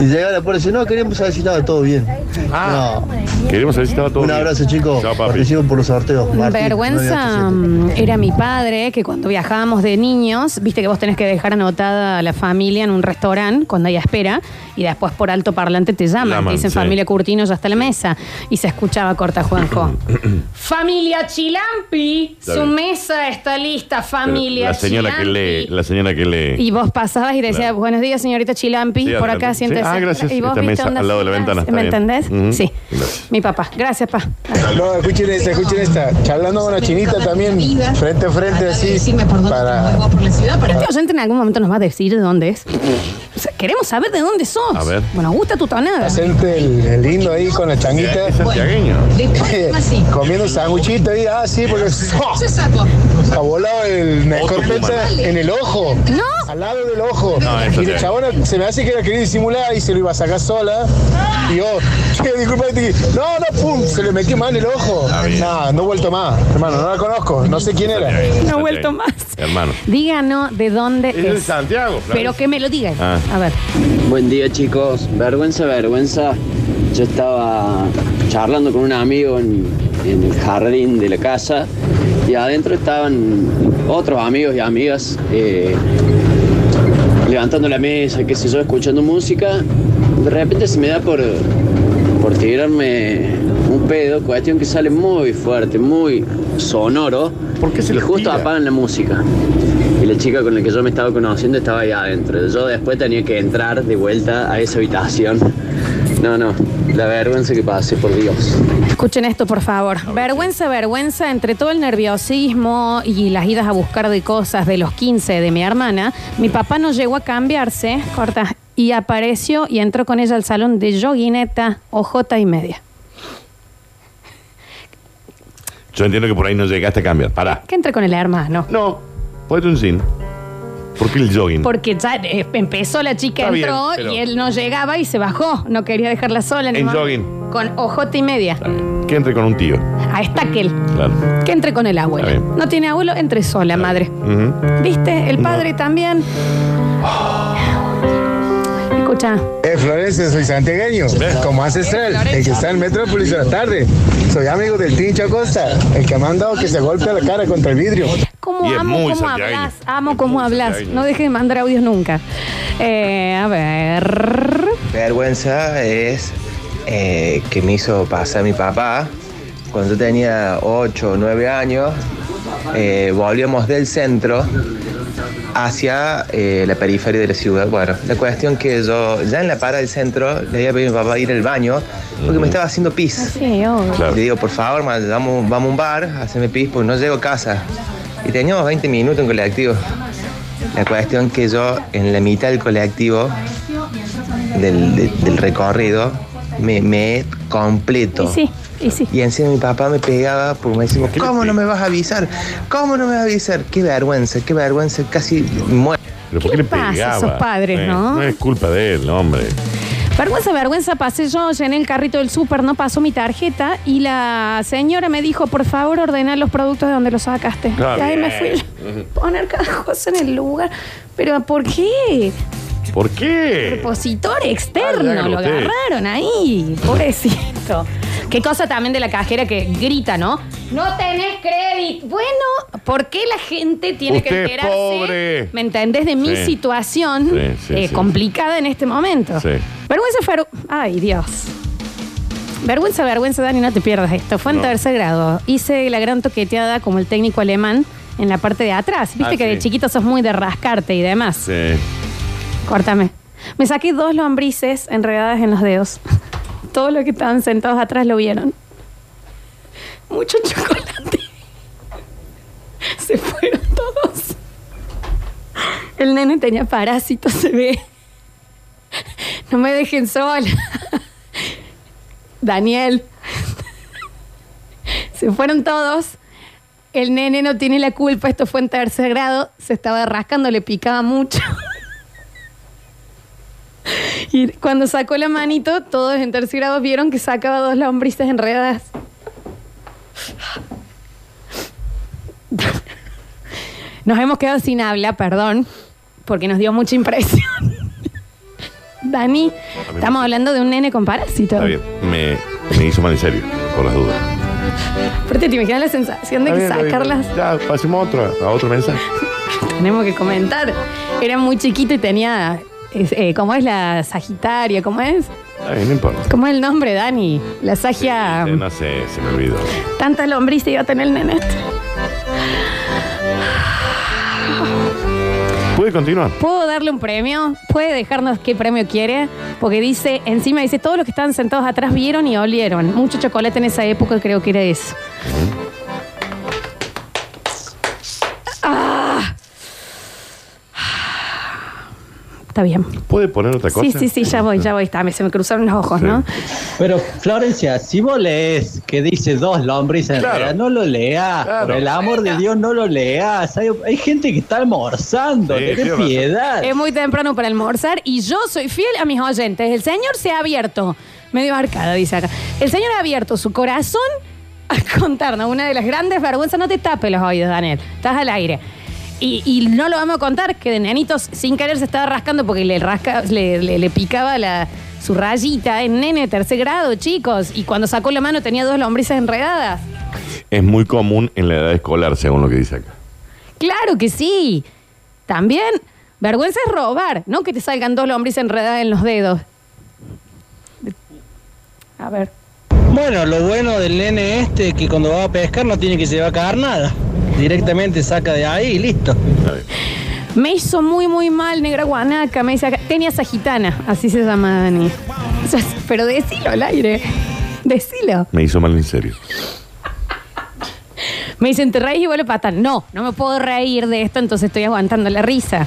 [SPEAKER 27] Y llegaba la puerta y dice, no, queremos saber si estaba todo bien. No.
[SPEAKER 2] Queremos Ah. saber si estaba todo
[SPEAKER 27] Un
[SPEAKER 2] bien.
[SPEAKER 27] abrazo, chicos.
[SPEAKER 2] Chao, papi.
[SPEAKER 27] Participo por los sorteos. Martín,
[SPEAKER 1] vergüenza mm, era mi padre que cuando viajábamos de niños, viste que vos tenés que dejar anotada a la familia en un restaurante cuando ella espera y después por alto parlante te llaman.
[SPEAKER 9] Llaman,
[SPEAKER 1] te dicen
[SPEAKER 9] sí.
[SPEAKER 1] familia Curtino ya está la mesa. Y se escuchaba corta Juanjo. (laughs) familia Chilampi,
[SPEAKER 2] Está
[SPEAKER 1] su
[SPEAKER 2] bien.
[SPEAKER 1] mesa está lista,
[SPEAKER 2] Pero
[SPEAKER 1] familia
[SPEAKER 2] La señora que
[SPEAKER 1] Chilampi.
[SPEAKER 2] lee. La señora que lee.
[SPEAKER 1] Y vos pasabas y decías, buenos días, señorita Chilampi,
[SPEAKER 2] Sí,
[SPEAKER 1] por
[SPEAKER 2] adelante.
[SPEAKER 1] acá
[SPEAKER 2] Sí.
[SPEAKER 1] siéntese.
[SPEAKER 2] Ah, gracias.
[SPEAKER 1] Y vos
[SPEAKER 2] Esta
[SPEAKER 1] viste
[SPEAKER 2] mesa
[SPEAKER 1] onda
[SPEAKER 2] al lado de la
[SPEAKER 1] así,
[SPEAKER 2] ventana está
[SPEAKER 1] ¿Me
[SPEAKER 2] bien.
[SPEAKER 1] entendés?
[SPEAKER 2] Ujú.
[SPEAKER 1] Sí. Mi papá. Gracias, pa.
[SPEAKER 4] No, escuchen esta, escuchen esta. Charlando con una chinita también, frente a frente así. Para...
[SPEAKER 2] (laughs)
[SPEAKER 1] Este oyente en algún momento nos va a decir de dónde es. O sea, queremos saber de dónde sos.
[SPEAKER 2] A ver.
[SPEAKER 1] Bueno, gusta tu tonada.
[SPEAKER 6] Aceite el, el lindo ahí con la changuita.
[SPEAKER 2] Es santiagueño.
[SPEAKER 6] (laughs) Comiendo sanguchito ahí, ah, sí, porque (laughs) ha volado el escorpeta
[SPEAKER 2] tucumano.
[SPEAKER 6] en el ojo.
[SPEAKER 1] No.
[SPEAKER 6] Al lado del ojo.
[SPEAKER 2] No, eso
[SPEAKER 6] y
[SPEAKER 2] ya.
[SPEAKER 6] la chabona se me hace que la quería disimular y se lo iba a sacar sola. Y yo, (laughs) che, disculpa, te- no, no, pum, se le metió mal el ojo. Nada, no he vuelto más, hermano, no la conozco, no sé quién era.
[SPEAKER 1] No he vuelto más.
[SPEAKER 2] Hermano.
[SPEAKER 1] Díganos de dónde es.
[SPEAKER 2] de Santiago, Flavio.
[SPEAKER 1] Pero que me lo digan.
[SPEAKER 2] Ah.
[SPEAKER 1] A ver.
[SPEAKER 9] Buen día chicos, vergüenza, vergüenza. Yo estaba charlando con un amigo en, en el jardín de la casa y adentro estaban otros amigos y amigas eh, levantando la mesa, qué sé yo, escuchando música. De repente se me da por, por tirarme un pedo, cuestión que sale muy fuerte, muy sonoro. ¿Por qué se y justo apagan la música. Y la chica con la que yo me estaba conociendo estaba ahí adentro. Yo después tenía que entrar de vuelta a esa habitación. No, no, la vergüenza que pasé, por Dios.
[SPEAKER 1] Escuchen esto, por favor. Vergüenza, vergüenza, entre todo el nerviosismo y las idas a buscar de cosas de los 15 de mi hermana, mi papá no llegó a cambiarse, corta, y apareció y entró con ella al salón de joguineta, ojota y media.
[SPEAKER 2] Yo entiendo que por ahí no llegaste a cambiar. Pará.
[SPEAKER 1] Que entre con el hermano.
[SPEAKER 2] No. Ponete un jean. ¿Por qué el jogging?
[SPEAKER 1] Porque ya eh, empezó la chica,
[SPEAKER 2] Está bien,
[SPEAKER 1] entró
[SPEAKER 2] pero-
[SPEAKER 1] y él no llegaba y se bajó. No quería dejarla sola. ni
[SPEAKER 2] En
[SPEAKER 1] más.
[SPEAKER 2] jogging.
[SPEAKER 1] Con ojota y media.
[SPEAKER 2] Que entre con un tío.
[SPEAKER 1] A estaquel.
[SPEAKER 2] Claro.
[SPEAKER 1] Que entre con el abuelo.
[SPEAKER 2] Está bien.
[SPEAKER 1] No tiene abuelo, entre sola, madre.
[SPEAKER 2] Ujú.
[SPEAKER 1] ¿Viste? El padre también.
[SPEAKER 2] Oh.
[SPEAKER 1] Escucha.
[SPEAKER 6] Eh, Florencia, soy santiagueño, como ancestral, el que está en Metrópolis a la tarde. Soy amigo del Tincho Acosta, el que ha mandado que se golpea la cara contra el vidrio.
[SPEAKER 1] ¿Cómo
[SPEAKER 6] Y es
[SPEAKER 1] amo
[SPEAKER 6] muy
[SPEAKER 1] cómo
[SPEAKER 6] santiagueño.
[SPEAKER 1] hablas? Amo cómo hablas.
[SPEAKER 6] santiagueño.
[SPEAKER 1] No dejes de mandar audios nunca. Eh, a ver.
[SPEAKER 10] Vergüenza es eh, que me hizo pasar mi papá cuando yo tenía 8 o 9 años. eh, volvíamos del centro hacia eh, la periferia de la ciudad. Bueno, la cuestión que yo ya en la parada del centro le había pedido a mi papá ir al baño porque me estaba haciendo pis.
[SPEAKER 1] Ah, Sí, obvio.
[SPEAKER 10] Le digo, por favor, ma, vamos, vamos a un bar, haceme pis, porque no llego a casa. Y teníamos 20 minutos en colectivo. La cuestión que yo, en la mitad del colectivo, del, de- del recorrido, me, me completo.
[SPEAKER 1] Y sí, y sí.
[SPEAKER 10] Y encima mi papá me pegaba porque me decía, ¿cómo no me vas a avisar? ¿Cómo no me vas a avisar? Qué vergüenza, qué vergüenza, casi muero.
[SPEAKER 2] ¿Pero por qué, le
[SPEAKER 1] ¿Qué le pasa a
[SPEAKER 2] pegaba?
[SPEAKER 1] esos padres,
[SPEAKER 2] Eh,
[SPEAKER 1] no?
[SPEAKER 2] No es culpa de él, hombre.
[SPEAKER 1] Vergüenza, vergüenza, pasé yo, llené el carrito del súper, no pasó mi tarjeta y la señora me dijo, por favor, ordenar los productos de donde los sacaste.
[SPEAKER 2] Está
[SPEAKER 1] y ahí me fui
[SPEAKER 2] bien.
[SPEAKER 1] yo a poner cada cosa en el lugar. Pero ¿por qué?
[SPEAKER 2] ¿Por qué?
[SPEAKER 1] Repositor
[SPEAKER 2] Ah,
[SPEAKER 1] externo,
[SPEAKER 2] ya
[SPEAKER 1] lo
[SPEAKER 2] noté.
[SPEAKER 1] agarraron ahí, pobrecito. Qué cosa también de la cajera que grita, ¿no? No tenés crédito. Bueno, ¿por qué la gente tiene que
[SPEAKER 2] Usted es
[SPEAKER 1] enterarse?
[SPEAKER 2] pobre.
[SPEAKER 1] ¿Me entendés de mi
[SPEAKER 2] Sí.
[SPEAKER 1] situación
[SPEAKER 2] Sí, sí,
[SPEAKER 1] eh,
[SPEAKER 2] sí.
[SPEAKER 1] complicada en este momento?
[SPEAKER 2] Sí.
[SPEAKER 1] Vergüenza fue. Ay, Dios. Vergüenza, vergüenza, Dani, no te pierdas esto. Fue en
[SPEAKER 2] No.
[SPEAKER 1] tercer grado. Hice la gran toqueteada como el técnico alemán en la parte de atrás. Viste
[SPEAKER 2] Ah,
[SPEAKER 1] que de
[SPEAKER 2] sí.
[SPEAKER 1] chiquito sos muy de rascarte y demás.
[SPEAKER 2] Sí.
[SPEAKER 1] Córtame. Me saqué dos lombrices enredadas en los dedos. (laughs) Todos los que estaban sentados atrás lo vieron. (laughs) Mucho chocolate. Se fueron todos. El nene tenía parásitos, se ve. No me dejen sola. Daniel. Se fueron todos. El nene no tiene la culpa, esto fue en tercer grado. Se estaba rascando, le picaba mucho. Y cuando sacó la manito, todos en tercer grado vieron que sacaba dos lombrices enredadas. Nos hemos quedado sin habla, perdón, porque nos dio mucha impresión. Dani, estamos hablando de un nene con parásitos.
[SPEAKER 2] Está bien. Me, me hizo mal en serio, por las dudas.
[SPEAKER 1] Aparte, te imaginas la sensación de
[SPEAKER 2] Está
[SPEAKER 1] que
[SPEAKER 2] bien, está bien.
[SPEAKER 1] sacarlas.
[SPEAKER 2] Ya, pasemos a otro, a otro mensaje.
[SPEAKER 1] Tenemos que comentar. Era muy chiquito y tenía. es, eh, ¿Cómo es la Sagitaria? ¿Cómo es?
[SPEAKER 2] Está bien, no importa.
[SPEAKER 1] ¿Cómo es el nombre, Dani? La Sagia.
[SPEAKER 2] Eh, No sé, se me olvidó.
[SPEAKER 1] Tantas lombrices iba a tener el nene.
[SPEAKER 2] ¿Puede continuar?
[SPEAKER 1] ¿Puedo darle un premio? ¿Puede dejarnos qué premio quiere? Porque dice, encima dice, todos los que estaban sentados atrás vieron y olieron. Mucho chocolate en esa época, creo que era eso. Ah. está bien.
[SPEAKER 2] ¿Puede poner otra cosa?
[SPEAKER 1] Sí, sí, sí, ya voy, ya voy. Está, me- se me cruzaron los ojos, ¿no?
[SPEAKER 9] Pero Florencia, si vos lees que dice dos lombrices
[SPEAKER 2] Claro.
[SPEAKER 9] enredadas, no lo leas.
[SPEAKER 2] Claro.
[SPEAKER 9] Por el amor de Dios, no lo leas. Hay, hay gente que está almorzando.
[SPEAKER 2] Sí,
[SPEAKER 9] tenés
[SPEAKER 2] tiene razón.
[SPEAKER 9] piedad.
[SPEAKER 1] Es muy temprano para almorzar y yo soy fiel a mis oyentes. El señor se ha abierto, medio arcada dice acá. El señor ha abierto su corazón a (laughs) contarnos una de las grandes vergüenzas. No te tapes los oídos, Daniel. Estás al aire. Y, y no lo vamos a contar, que de nenitos sin querer se estaba rascando porque le, rasca, le, le- le picaba la, su rayita. Es nene, tercer grado, chicos. Y cuando sacó la mano tenía dos lombrices enredadas.
[SPEAKER 2] Es muy común en la edad escolar, según lo que dice acá.
[SPEAKER 1] Claro que sí. También, vergüenza es robar, no que te salgan dos lombrices enredadas en los dedos. A ver.
[SPEAKER 17] Bueno, lo bueno del nene este es que cuando va a pescar no tiene que llevar carnada. Directamente saca de ahí y listo.
[SPEAKER 1] Me hizo muy, muy mal, negra guanaca. Me dice acá. Tenia sagitana, así se llama Dani. O sea, Pero decilo al aire. Decilo.
[SPEAKER 2] Me hizo mal en serio.
[SPEAKER 1] Me dicen, te reís y vuelve pata. No, no me puedo reír de esto, entonces estoy aguantando la risa.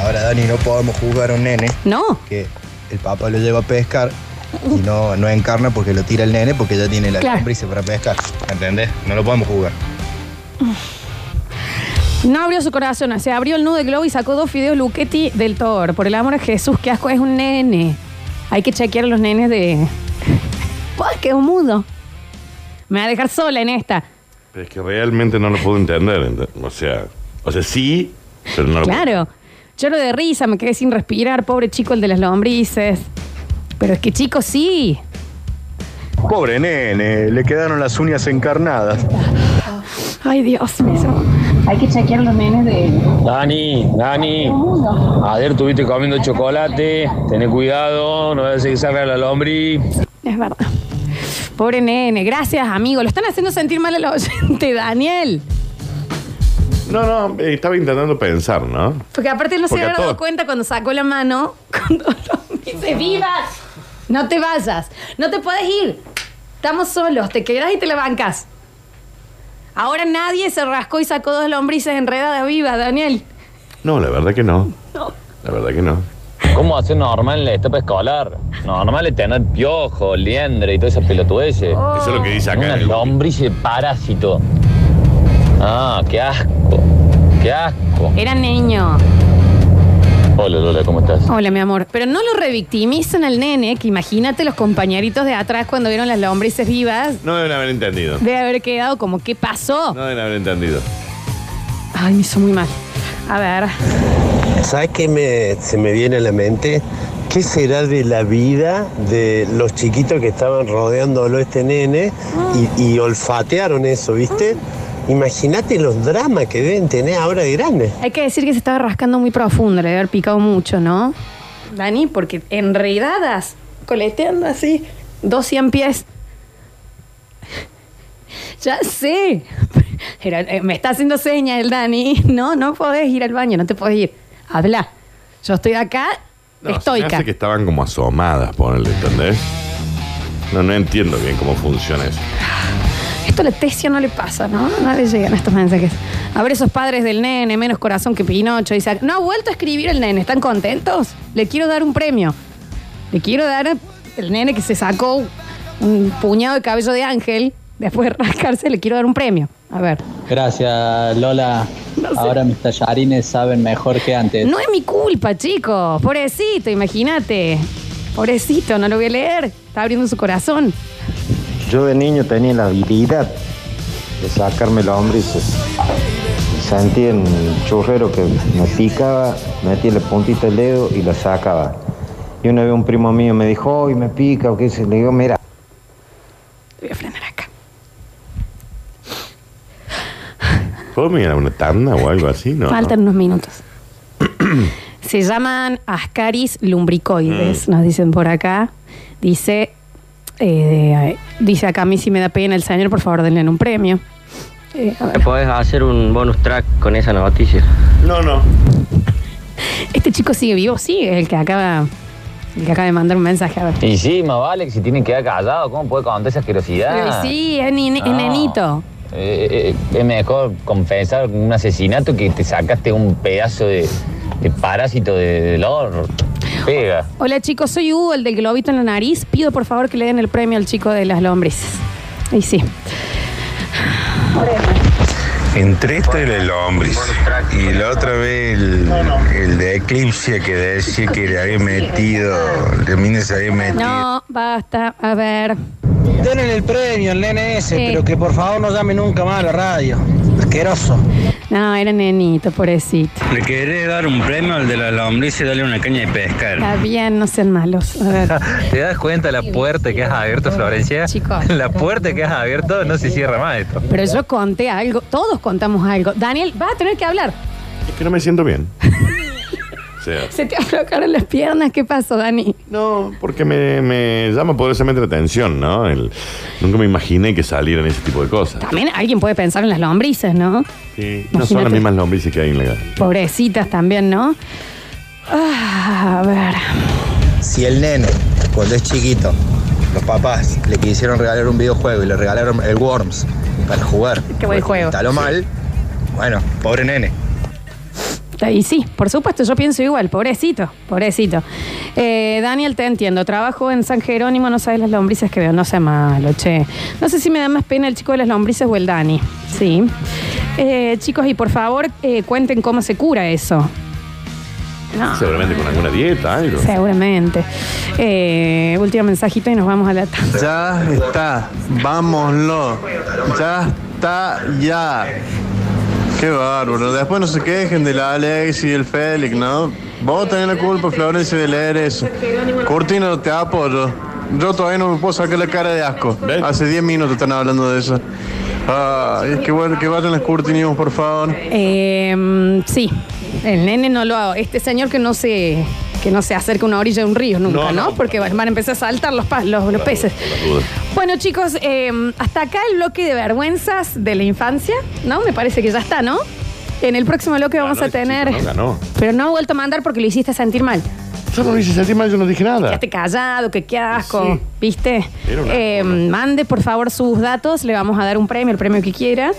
[SPEAKER 15] Ahora, Dani, no podemos juzgar a un nene.
[SPEAKER 1] No.
[SPEAKER 15] Que el papá lo lleva a pescar y no, no encarna porque lo tira el nene porque ya tiene la
[SPEAKER 1] Claro.
[SPEAKER 15] lombrice para pescar. ¿Entendés? No lo podemos juzgar.
[SPEAKER 1] No abrió su corazón, se abrió el nudo de globo y sacó dos fideos Luchetti del Thor. Por el amor de Jesús, qué asco, es un nene. Hay que chequear a los nenes de. (laughs) ¡Pues quedó mudo! Me va a dejar sola en esta.
[SPEAKER 2] Pero es que realmente no lo puedo entender. ent- O sea, o sea, sí, pero no lo
[SPEAKER 1] Claro. Lloro de risa, me quedé sin respirar, pobre chico el de las lombrices. Pero es que chico, sí.
[SPEAKER 8] Pobre nene, le quedaron las uñas encarnadas.
[SPEAKER 1] Ay, Dios mío. Hay que chequear a los nenes de.
[SPEAKER 12] Dani, Dani, ayer estuviste comiendo chocolate, tené cuidado, no vayas a que salga la lombriz.
[SPEAKER 1] Es verdad. Pobre nene, gracias, amigo. Lo están haciendo sentir mal al (laughs) oyente, Daniel.
[SPEAKER 2] No, no, eh, estaba intentando pensar, ¿no?
[SPEAKER 1] Porque aparte no se
[SPEAKER 2] Porque a
[SPEAKER 1] había dado
[SPEAKER 2] todos-
[SPEAKER 1] cuenta cuando sacó la mano, (laughs) cuando lo dice, vivas, no te vayas, no te puedes ir, estamos solos, te quedas y te la bancas. Ahora nadie se rascó y sacó dos lombrices enredadas vivas, Daniel.
[SPEAKER 2] No, la verdad que no.
[SPEAKER 1] No.
[SPEAKER 2] La verdad que no.
[SPEAKER 12] ¿Cómo hace normal en la etapa escolar? Normal es tener piojo, liendre y todas esas pelotudeces.
[SPEAKER 2] Eso es lo que dice acá.
[SPEAKER 12] Una
[SPEAKER 2] en el-
[SPEAKER 12] lombriz de parásito. Ah, qué asco, qué asco.
[SPEAKER 1] Era niño.
[SPEAKER 12] Hola Lola, ¿cómo estás?
[SPEAKER 1] Hola, mi amor. Pero no lo revictimicen al nene, que imagínate los compañeritos de atrás cuando vieron las lombrices vivas,
[SPEAKER 2] No deben haber entendido.
[SPEAKER 1] de haber quedado como, ¿qué pasó?
[SPEAKER 2] No deben haber entendido.
[SPEAKER 1] Ay, me hizo muy mal. A ver.
[SPEAKER 28] ¿Sabes qué me- se me viene a la mente? ¿Qué será de la vida de los chiquitos que estaban rodeándolo a este nene y, y olfatearon eso, viste? Imagínate los dramas que deben tener ahora de grandes.
[SPEAKER 1] Hay que decir que se estaba rascando muy profundo, le debe haber picado mucho, ¿no? Dani, porque enredadas, coleteando así, dos cien pies. (laughs) Ya sé. (laughs) Era- eh, me está haciendo señas el Dani. (laughs) No, no podés ir al baño, no te podés ir. Habla. Yo estoy acá,
[SPEAKER 2] No, se me
[SPEAKER 1] estoica.
[SPEAKER 2] hace que estaban como asomadas, ponele, ¿entendés? No, no entiendo bien cómo funciona eso.
[SPEAKER 1] Esto a la Tessia no le pasa, ¿no? No le llegan estos mensajes. A ver esos padres del nene, menos corazón que Pinocho. Dice, no ha vuelto a escribir el nene, ¿están contentos? Le quiero dar un premio. Le quiero dar el nene que se sacó un puñado de cabello de ángel, después de rascarse, le quiero dar un premio. A ver.
[SPEAKER 9] Gracias, Lola. Ahora mis tallarines saben mejor que antes.
[SPEAKER 1] No es mi culpa, chicos. Pobrecito, imagínate. Pobrecito, no lo voy a leer. Está abriendo su corazón.
[SPEAKER 29] Yo de niño tenía la habilidad de sacarme los lombrices. Sentí en el churrero que me picaba, metía la puntita del dedo y la sacaba. Y una vez un primo mío me dijo, hoy me pica, o qué sé, le digo, mira.
[SPEAKER 2] ¿Puedo mirar una tanda o algo así? No.
[SPEAKER 1] Faltan
[SPEAKER 12] (clears throat)
[SPEAKER 1] unos minutos. Se llaman Ascaris
[SPEAKER 12] Mm.
[SPEAKER 1] lumbricoides, nos dicen por acá. Dice, eh, dice acá, a mí si me da pena el señor, por favor denle un premio. Eh, a ver.
[SPEAKER 30] Podés hacer un bonus track con esa noticia.
[SPEAKER 2] No, no.
[SPEAKER 1] Este chico sigue vivo, sí, el que acaba, el que acaba de mandar un mensaje. A ver.
[SPEAKER 12] Y sí, más vale que si tiene que quedar callado, ¿cómo puede contar esa asquerosidad?
[SPEAKER 1] Pero sí, es, ni- es
[SPEAKER 12] No.
[SPEAKER 1] nenito.
[SPEAKER 12] Eh, eh, eh, es mejor confesar un asesinato que te sacaste un pedazo de, de parásito de- del horno. Pega.
[SPEAKER 1] Hola chicos, soy Hugo, el del globito en la nariz. Pido por favor que le den el premio al chico de las lombrices. Y sí.
[SPEAKER 15] Entre esta era el lombriz y la otra vez el, el de Eclipse que decía que le había metido, también se había metido.
[SPEAKER 1] No, basta. A ver.
[SPEAKER 7] Denle el premio al nene ese, pero que por favor no llame nunca más a la radio. Asqueroso.
[SPEAKER 1] No, era nenito, pobrecito.
[SPEAKER 16] Le querés dar un premio al de la lombriz y darle una caña de
[SPEAKER 1] Está
[SPEAKER 16] pescar.
[SPEAKER 1] bien, no sean malos. A
[SPEAKER 2] (laughs)
[SPEAKER 1] ver.
[SPEAKER 16] ¿Te das cuenta la puerta que has abierto, Florencia? (laughs) La puerta que has abierto no se cierra más esto.
[SPEAKER 1] Pero yo conté algo, todos contamos algo. Daniel, va a tener que hablar.
[SPEAKER 2] Es que no me siento bien. O sea,
[SPEAKER 1] Se te aflojaron las piernas, ¿qué pasó, Dani?
[SPEAKER 2] No. porque me, me llama poderosamente la atención, ¿no? El- nunca me imaginé que salieran ese tipo de cosas.
[SPEAKER 1] También alguien puede pensar en las lombrices, ¿no?
[SPEAKER 2] Sí, no son las
[SPEAKER 1] Imagínate.
[SPEAKER 2] mismas lombrices que hay en la casa.
[SPEAKER 1] Pobrecitas también, ¿no? Ah, a ver.
[SPEAKER 11] Si el nene, cuando es chiquito, los papás le quisieron regalar un videojuego y le regalaron el Worms para jugar.
[SPEAKER 1] Qué buen juego.
[SPEAKER 11] Está lo mal. Bueno, pobre nene.
[SPEAKER 1] Y sí, por supuesto, yo pienso igual, pobrecito, pobrecito. Eh, Daniel, te entiendo, trabajo en San Jerónimo, no sabes las lombrices que veo, no sea malo, che. No sé si me da más pena el chico de las lombrices o el Dani, sí. Eh, chicos, y por favor, eh, cuenten cómo se cura eso. No.
[SPEAKER 2] Seguramente con alguna dieta, algo.
[SPEAKER 1] Seguramente. Eh, último mensajito y nos vamos a la tanda.
[SPEAKER 18] Ya está, vámonos. Ya está, ya. Qué bárbaro. Después no se quejen del Alex y el Félix, ¿no? Vos tenés la culpa, Florencia, de leer eso. Cortino, te apoyo. Yo todavía no me puedo sacar la cara de asco. Hace 10 minutos están hablando de eso. Ay, qué bueno que vayan las Curtinimos, por favor.
[SPEAKER 1] Eh, sí, el nene no lo hago. Este señor que no se que no se acerca a una orilla de un río nunca, ¿no? Porque van a empezar a saltar los, pa- los, los peces. Bueno, chicos, eh, hasta acá el bloque de vergüenzas de la infancia, ¿no? Me parece que ya está, ¿no? En el próximo bloque vamos a tener...
[SPEAKER 2] este No ganó.
[SPEAKER 1] Pero no ha vuelto a mandar porque lo hiciste sentir mal.
[SPEAKER 2] Yo no lo hice sentir mal, yo no dije nada.
[SPEAKER 1] Quédate callado, que qué asco,
[SPEAKER 2] Sí.
[SPEAKER 1] ¿viste?
[SPEAKER 2] Era una
[SPEAKER 1] Eh, mande, por favor, sus datos, le vamos a dar un premio, el premio que quiera.